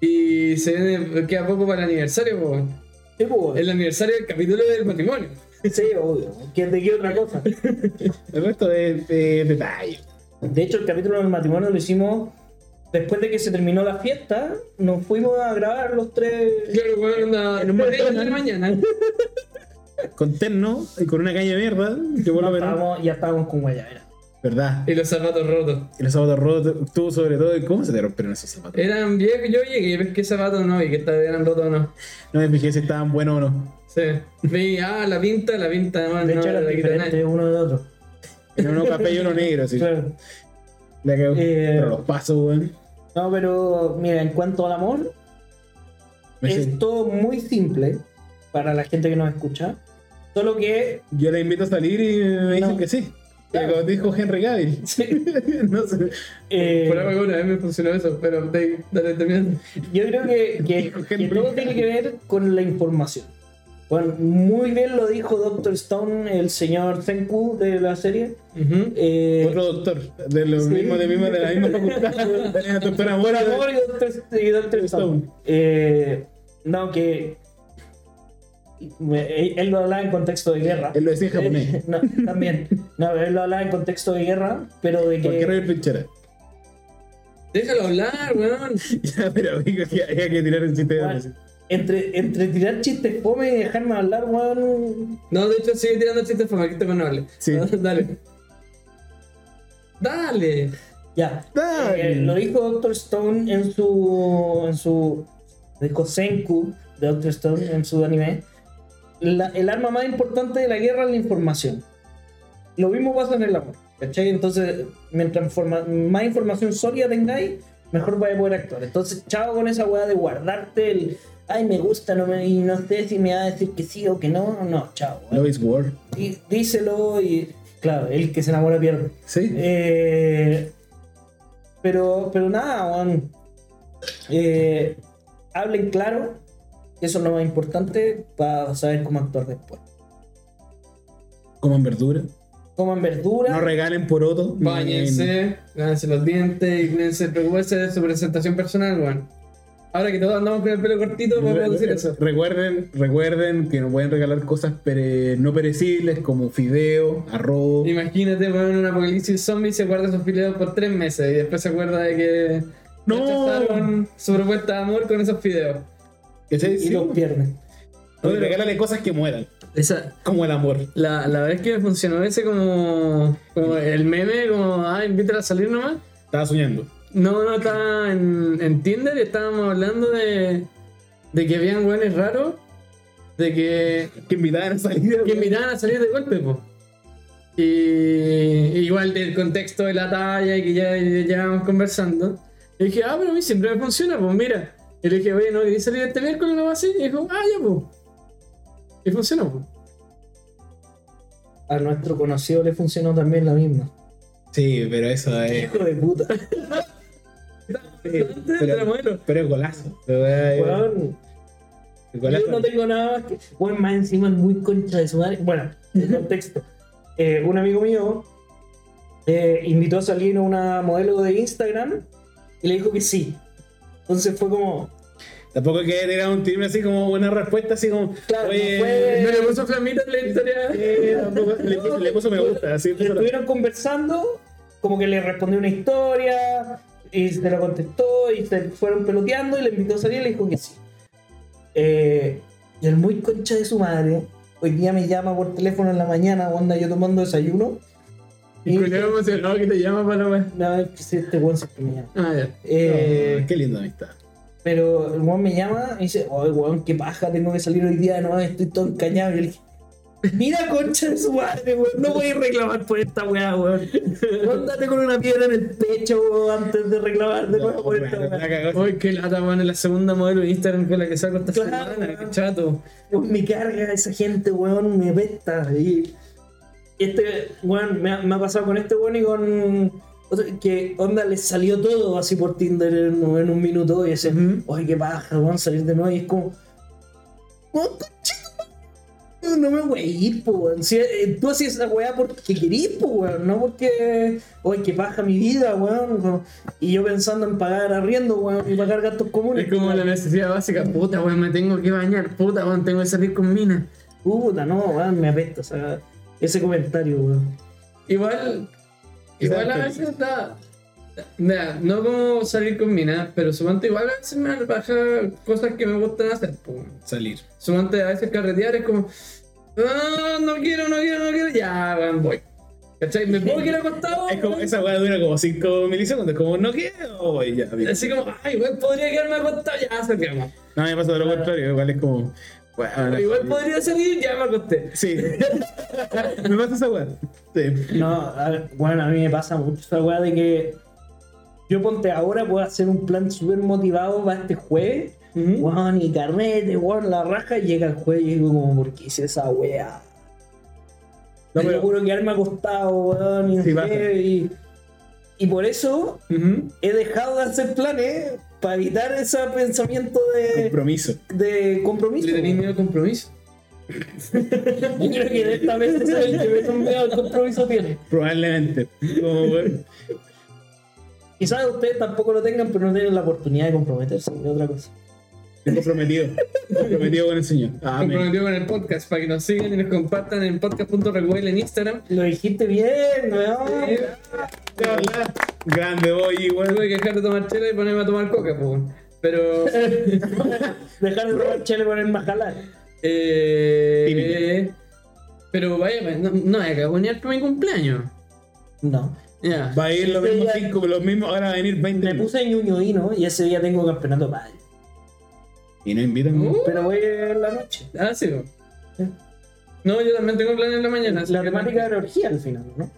Y se viene, queda poco para el aniversario, weón. Sí, pues, El aniversario del capítulo del matrimonio. sí, obvio. ¿Qué- ¿De qué otra cosa? El resto es eh, detalle. De hecho, el capítulo del matrimonio lo hicimos después de que se terminó la fiesta. Nos fuimos a grabar los tres. Claro, weón, anda. En un tres de matrimonio. la mañana. Con terno y con una caña de mierda. Yo por lo menos. Estábamos- ya estábamos con Guayabera. Verdad. Y los zapatos rotos. Y los zapatos rotos, tú sobre todo. ¿y ¿Cómo se te rompieron esos Eh. zapatos? Eran viejos, yo llegué, ves que zapatos no, y que estaban eran rotos o no. No me fijé si estaban buenos o no. Sí. Vi, ah, la pinta, la pinta, no, De Ah, no, hecho, eran la quita nadie. diferentes uno de otro. Era uno café y uno negro, así. Claro. La cagó. Eh, Pero los pasos, weón. No, pero mira, en cuanto al amor, Me es sent- todo muy simple para la gente que nos escucha. Solo que Yo la invito a salir y me dicen No. que sí. Como dijo Henry Cavill. no sé. eh, Por algo una vez me funcionó eso, pero de- dale, terminando. yo creo que, que- que todo tiene que ver con la información. Bueno, muy bien lo dijo Dr. Stone, el señor Senku de la serie. Ujú. Eh, Otro doctor, de los Sí. mismos, de, mismo, de la misma facultad, de la doctora Mora. Amor y Dr. y Dr. Stone. Eh, no, que me- él lo hablaba en contexto de guerra. Eh, Él lo decía en japonés. No, también. No, él lo hablaba en contexto de guerra, pero de ¿Por qué que. Roger Pinchera? Déjalo hablar, weón. Ya, pero amigo, que había que tirar el chiste de Bueno, antes. entre, entre tirar chistes fome y dejarme hablar, weón. No, de hecho, sigue tirando chistes para que te van a hablar. Sí. dale. Dale. Ya. Dale. Eh, lo dijo Doctor Stone en su. En su lo dijo Senku de Doctor Stone en su anime. La- el arma más importante de la guerra es la información. Lo mismo pasa en el amor. ¿Cachai? Entonces, mientras informa- más información sólida tengáis, mejor vais a poder actuar. Entonces, chao con esa weá de guardarte el. Ay, me gusta, no me, y no sé si me va a decir que sí o que no. No, chao. weón. Love is war. Dí- díselo y claro, el que se enamora pierde. Sí. Eh, pero, pero nada, weón. Eh, hablen claro, eso es lo más importante para saber cómo actuar después. Coman verdura. Coman verdura, No regalen poroto. ni- Báñense, lávense los dientes y cuídense, preocúpense de su presentación personal, weón. Ahora que todos andamos con el pelo cortito, Re- podemos decir eso. Recuerden, recuerden que nos pueden regalar cosas pere- no perecibles como fideo, arroz. Imagínate, weón, un apocalipsis zombie se guarda sus fideos por tres meses y después se acuerda de que No. rechazaron su propuesta de amor con esos fideos. Que se- y sí, pues. los pierden. no, regálale cosas que mueran, Esa, como el amor. la, la verdad es que me funcionó ese como, como el meme, como, ah, invítala a salir nomás. Estaba soñando. No, no, estaba en, en Tinder y estábamos hablando de, de que habían weones raros, de que Que invitaban a salir. que miraban a salir de golpe, po. Y igual del contexto de la talla y que ya ya llevábamos conversando. Y dije, ah, pero a mí siempre me funciona, pues mira. Y le dije, oye, ¿no queréis salir este miércoles o algo así? Y dijo, ah, ya, pues. Y funcionó, pues. A nuestro conocido le funcionó también la misma. Sí, pero eso es. Hijo de puta. Pero, Pero, pero es golazo. Pero, eh, Weón, Nicolás Yo no tengo nada más que. Bueno, más encima es muy concha de su madre. Bueno, el contexto. Eh, un amigo mío eh, invitó a salir a una modelo de Instagram y le dijo que sí. Entonces fue como. Tampoco que era un timbre así como una respuesta así como. Claro, oye, no fue- Me le puso flamita en la historia. eh, tampoco- le, puso, le puso me gusta, así Le puso la- estuvieron conversando, como que le respondió una historia y se lo contestó y se fueron peloteando y le invitó a salir y le dijo que sí. Eh, y el muy concha de su madre, hoy día me llama por teléfono en la mañana, onda yo tomando desayuno. Y culiao emocionado que te llama para la wea. No, es que sí, este weón se me llama. Ah, ya. Eh, No, Qué linda amistad. Pero el weón me llama y dice, oye weón, qué paja, tengo que salir hoy día, no, estoy todo encañado. Y yo le dije, mira concha de su madre, weón, no voy a reclamar por esta weá, weón. Róndate con una piedra en el pecho, weón, antes de reclamar de nuevo No, por bueno, esta la weá. cagó. Uy, qué lata, weón. Es la segunda modelo de Instagram con la que saco esta Claro, semana. weón. Qué chato. Weón, Me carga esa gente, weón, me pesta. Y este, weón, me ha, me ha pasado con este weón y con... otro, Que onda, les salió todo así por Tinder en, en un minuto y ese, oye, qué paja, weón, salir de nuevo. Y es como, weón, concha No, No me voy a ir, po, weón. Si, eh, tú hacías esa weá porque querís, po, weón. No porque, oye, que paja mi vida, weón. no. Y yo pensando en pagar arriendo, weón, y pagar gastos comunes. Es como la necesidad básica. Puta, weón, me tengo que bañar. Puta, weón, tengo que salir con mina. Puta, no, weón, me apesta esa- ese comentario, weón. Igual, igual a veces da. da- no como salir con mina, pero sumante igual a veces me baja cosas que me gustan hacer. po. Salir. Sumante a veces carretear es como. "Ah, no quiero, no quiero, no quiero. Ya, weón, voy. ¿Cachai? Me puedo quedar acostado. Es como, weón? esa weá dura como 5 milisegundos, como no quiero. Y ya, bien. Así como, ay, igual podría quedarme acostado, ya se quema. No, me pasa de lo contrario, igual es como. bueno, Igual podría salir, ya me acosté. Sí. me pasa esa weá. Sí. No, a ver, bueno, a mí me pasa mucho esa weá de que yo ponte ahora puedo hacer un plan súper motivado para este jueves. Weón, y carrete, weón, la raja. Y llega el jueves y digo, como, ¿por qué hice esa weá? No, pero- No, pero juro quedarme acostado, weón, y, Sí, pasa. y, y por eso Ujú. he dejado de hacer planes para evitar ese pensamiento de, Compromiso. de compromiso. Le tenéis miedo al compromiso. Yo creo que de esta vez es el que menos miedo al compromiso tiene. Probablemente. Como, weón. Quizás ustedes tampoco lo tengan, pero no tienen la oportunidad de comprometerse, es otra cosa. comprometido. comprometido con el Señor. Ah, Amén. Comprometido con el podcast para que nos sigan y nos compartan en podcast.recuel en Instagram. Lo dijiste bien, weón. Eh, De verdad, Grande boy, weón. tuve que dejar de tomar chela y ponerme a tomar coca, po. weón. Pero. Dejar de tomar chele con el majalar. Eh, pero vaya, no, no hay que agonear por mi cumpleaños. No. Ya. Va a ir los Sí, mismos ya. cinco, los mismos, ahora va a venir 20 Me puse ñuñoíno y ese día tengo campeonato de pádel. Y no invitan. Uh, Pero voy en la noche. ah, sí. po. No, yo también tengo planes en la mañana. así La que- temática era orgía al final, ¿no?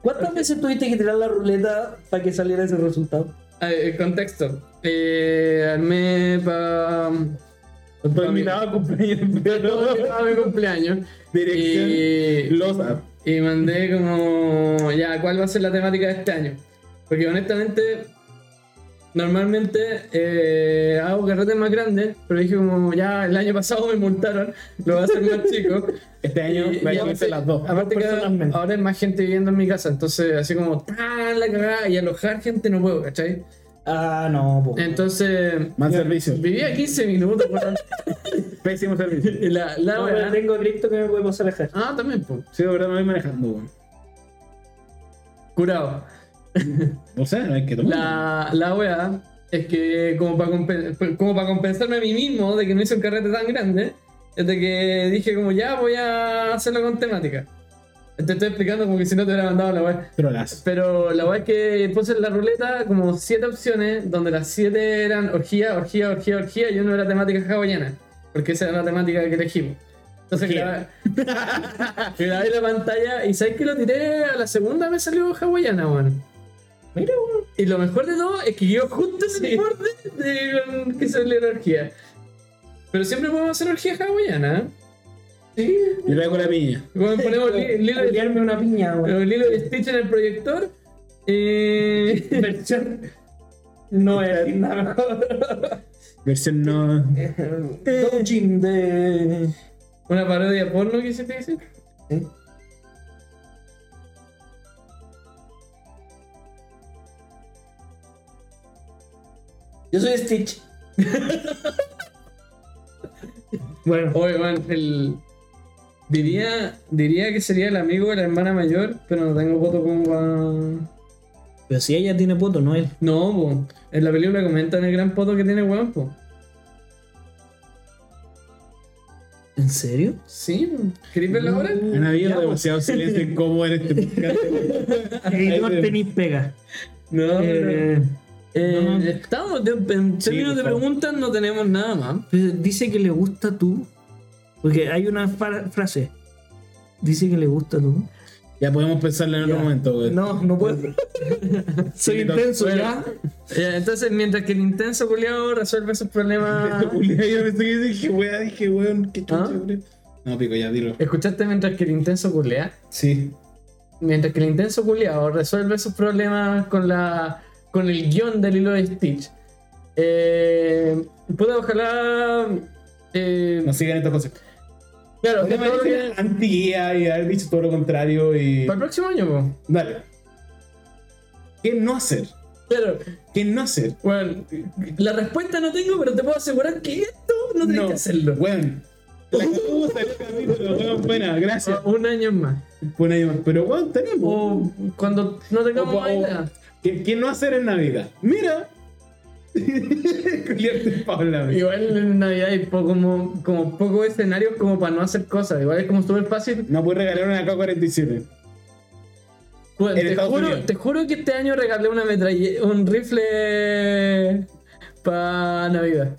¿Cuántas veces tuviste que tirar la ruleta para que saliera ese resultado? Ah, El contexto. Eh, armé para Estoy invitado a cumpleaños. pero- mi cumpleaños. Dirección. Y- Losa. Y mandé como, ya, ¿cuál va a ser la temática de este año? Porque honestamente, normalmente eh, hago carretes más grandes, pero dije como, ya, el año pasado me multaron, lo voy a hacer más chico. Este Y- año y va a aparte- conocer las dos. Aparte que personalmente. ahora hay más gente viviendo en mi casa, entonces así como, tan la cagada, y alojar gente no puedo, ¿cachai? Ah, no, po. Entonces, Mal servicio. vivía 15 minutos, por tanto, Pésimo servicio. y la, la No, weá- pero tengo cripto que me puede pasar a dejar. Ah, también, pues, Sí, de verdad me voy manejando, weón. curado. O sea, no hay que tomar. La, la wea es que como para como pa compensarme a mí mismo de que no hice un carrete tan grande, es de que dije como ya voy a hacerlo con temática. Te estoy explicando como que si no te hubiera mandado la wea. Trolas. Pero la wea es que puse en la ruleta como siete opciones, donde las siete eran orgía, orgía, orgía, orgía, y uno era temática hawaiana, porque esa era la temática que elegimos. Entonces grabé, Orgía. grabé la pantalla y sabes que lo tiré a la segunda me salió hawaiana, weón. Mira, weón. Y lo mejor de todo es que yo justo ese Sí. borde de con que salió la orgía. Pero siempre podemos hacer orgía hawaiana, ¿eh? Sí. Yo traigo la piña. Bueno, ponemos li- Lilo lilo, de- Liarme una piña, weón. el hilo de Stitch en el proyector. Eh, Versión. No voy a decir nada mejor. Versión no. Eh, Dojin de. ¿Una parodia porno que se te dice? ¿Eh? Yo soy Stitch. Bueno, Oye, man, el... Diría, diría que sería el amigo de la hermana mayor, pero no tengo voto como para... pero si ella tiene poto, no él. No, po. en la película comentan el gran poto que tiene weón, po. ¿En serio? Sí, po. ¿queréis verla ahora? Han habido demasiado silencio incómodo en este podcast. Editor tenis pega. No, Ah, Eh, Eh, no, no. Estamos, de- en Sí, términos por de favor. preguntas no tenemos nada más. pero dice que le gusta tú. Porque hay una fra- frase. Dice que le gusta tú. ya podemos pensarlo en otro Ya. momento, güey. No, no puedo. Soy intenso ya. Ya, Eh, entonces, mientras que el intenso culiao resuelve esos problemas... Julián, yo pensé que dije, weá, dije, weón, qué chucha, ¿Ah? güey. No, pico, ya, dilo. ¿Escuchaste mientras que el intenso culea? Sí. Mientras que el intenso culiao resuelve sus problemas con la con el guión del hilo de Stitch. Eh, puta, ojalá. eh, No sigan estos consejos. claro, que Podríamos todo lo decir que- anti-guía y haber dicho todo lo contrario y. para el próximo año, po. Dale. ¿Qué no hacer? Claro, ¿Qué no hacer? bueno, la respuesta no tengo, pero te puedo asegurar que esto no tenés que hacerlo. Weón. La cagamos en el capítulo, weón. Buena, gracias. O Ah, Un año más. Bueno, yo- pero weón, tenemos. O cuando no tengamos O- o- más idea. ¿Qué, qué no hacer en Navidad? Mira. Julián Paula, güey. Igual en Navidad hay po- como, como pocos escenarios como para no hacer cosas. Igual es como súper fácil No puedes regalar una K-47. Bueno, En te, Estados juro, Unidos. te juro que este año regalé una metralle- un rifle para Navidad.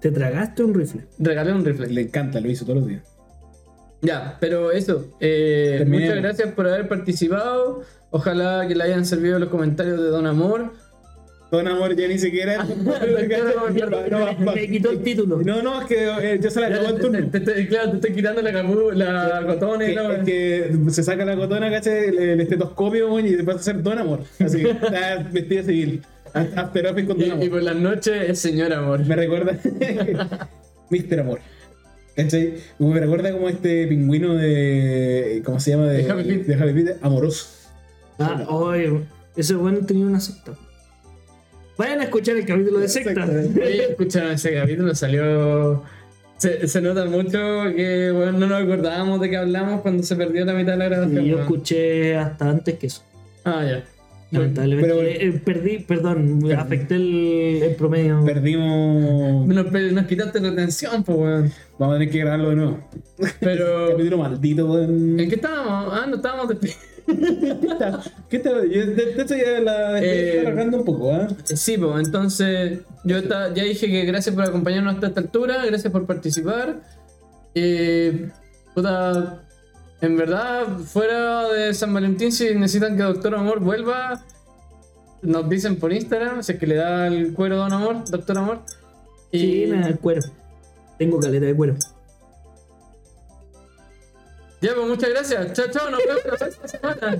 Te tragaste un rifle. Regalé un rifle. Le encanta, lo hizo todos los días. Ya, pero eso. eh, Terminemos. muchas gracias por haber participado. Ojalá que le hayan servido los comentarios de Don Amor. Don Amor ya ni siquiera. Le quitó el título. No, no, es que eh, ya se la Ya, acabó el te- turno. te- te- claro, te estoy quitando la capu, la cotona Que, y la es que se saca la cotona, caché, el, el estetoscopio, güey, y te vas a hacer Don Amor. Así que está vestida civil. After Office con Don Amor. Y, y por las noches es señor amor. Me recuerda. Mister Amor. ¿Cachai? Me recuerda como este pingüino de. ¿Cómo se llama? De, De Happy Feet. de Happy Feet, amoroso. Ah, oye, ese bueno tenía una secta. Vayan a escuchar el capítulo de secta. Secta. Oye, escucharon ese capítulo, salió. Se, se nota mucho que bueno, no nos acordábamos de que hablamos cuando se perdió la mitad de la grabación. Y yo weón. escuché hasta antes que eso. Ah, ya. Lamentablemente. pero- Eh, eh, perdí, perdón, afecté el, el promedio. Perdimos. Nos, pe- nos quitaste la atención, pues, weón. Vamos a tener que grabarlo de nuevo. Pero. Capítulo maldito, weón. ¿En qué estábamos? Ah, no estábamos de... ¿Qué tal? Yo, de, de hecho, ya la Eh, estoy alargando un poco, ¿ah? Sí, pues, entonces. Yo ta- ya dije que gracias por acompañarnos hasta esta altura, gracias por participar. Eh, puta. En verdad, fuera de San Valentín, si necesitan que Doctor Amor vuelva, nos dicen por Instagram, si es que le da el cuero Don Amor, Doctor Amor. Y Sí, nada, el cuero. Tengo caleta de cuero. ya, pues muchas gracias. Chao, chao, nos vemos la próxima semana.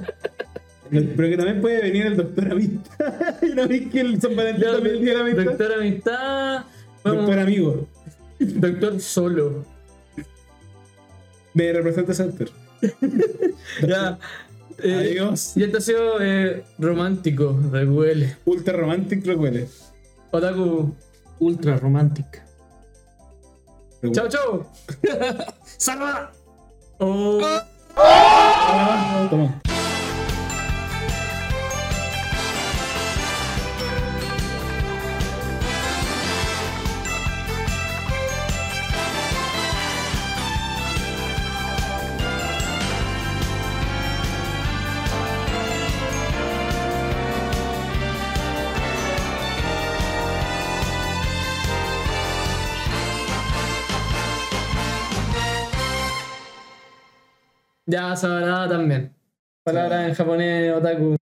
eh. Pero que también puede venir el doctor Amistad. y no vi que el San Valentín Ya, también tiene la amistad. Doctor Amistad. Vamos, Doctor Amigo. Doctor Solo. De Representa Center. Ya. eh, Adiós. y esto ha sido eh, romántico, revuele. Ultra Romantic Recuele. Otaku. Ultra romántica. Chao, chao. ¡Salva! Oh. Toma. Ya, sabrá también. Palabra en japonés, otaku.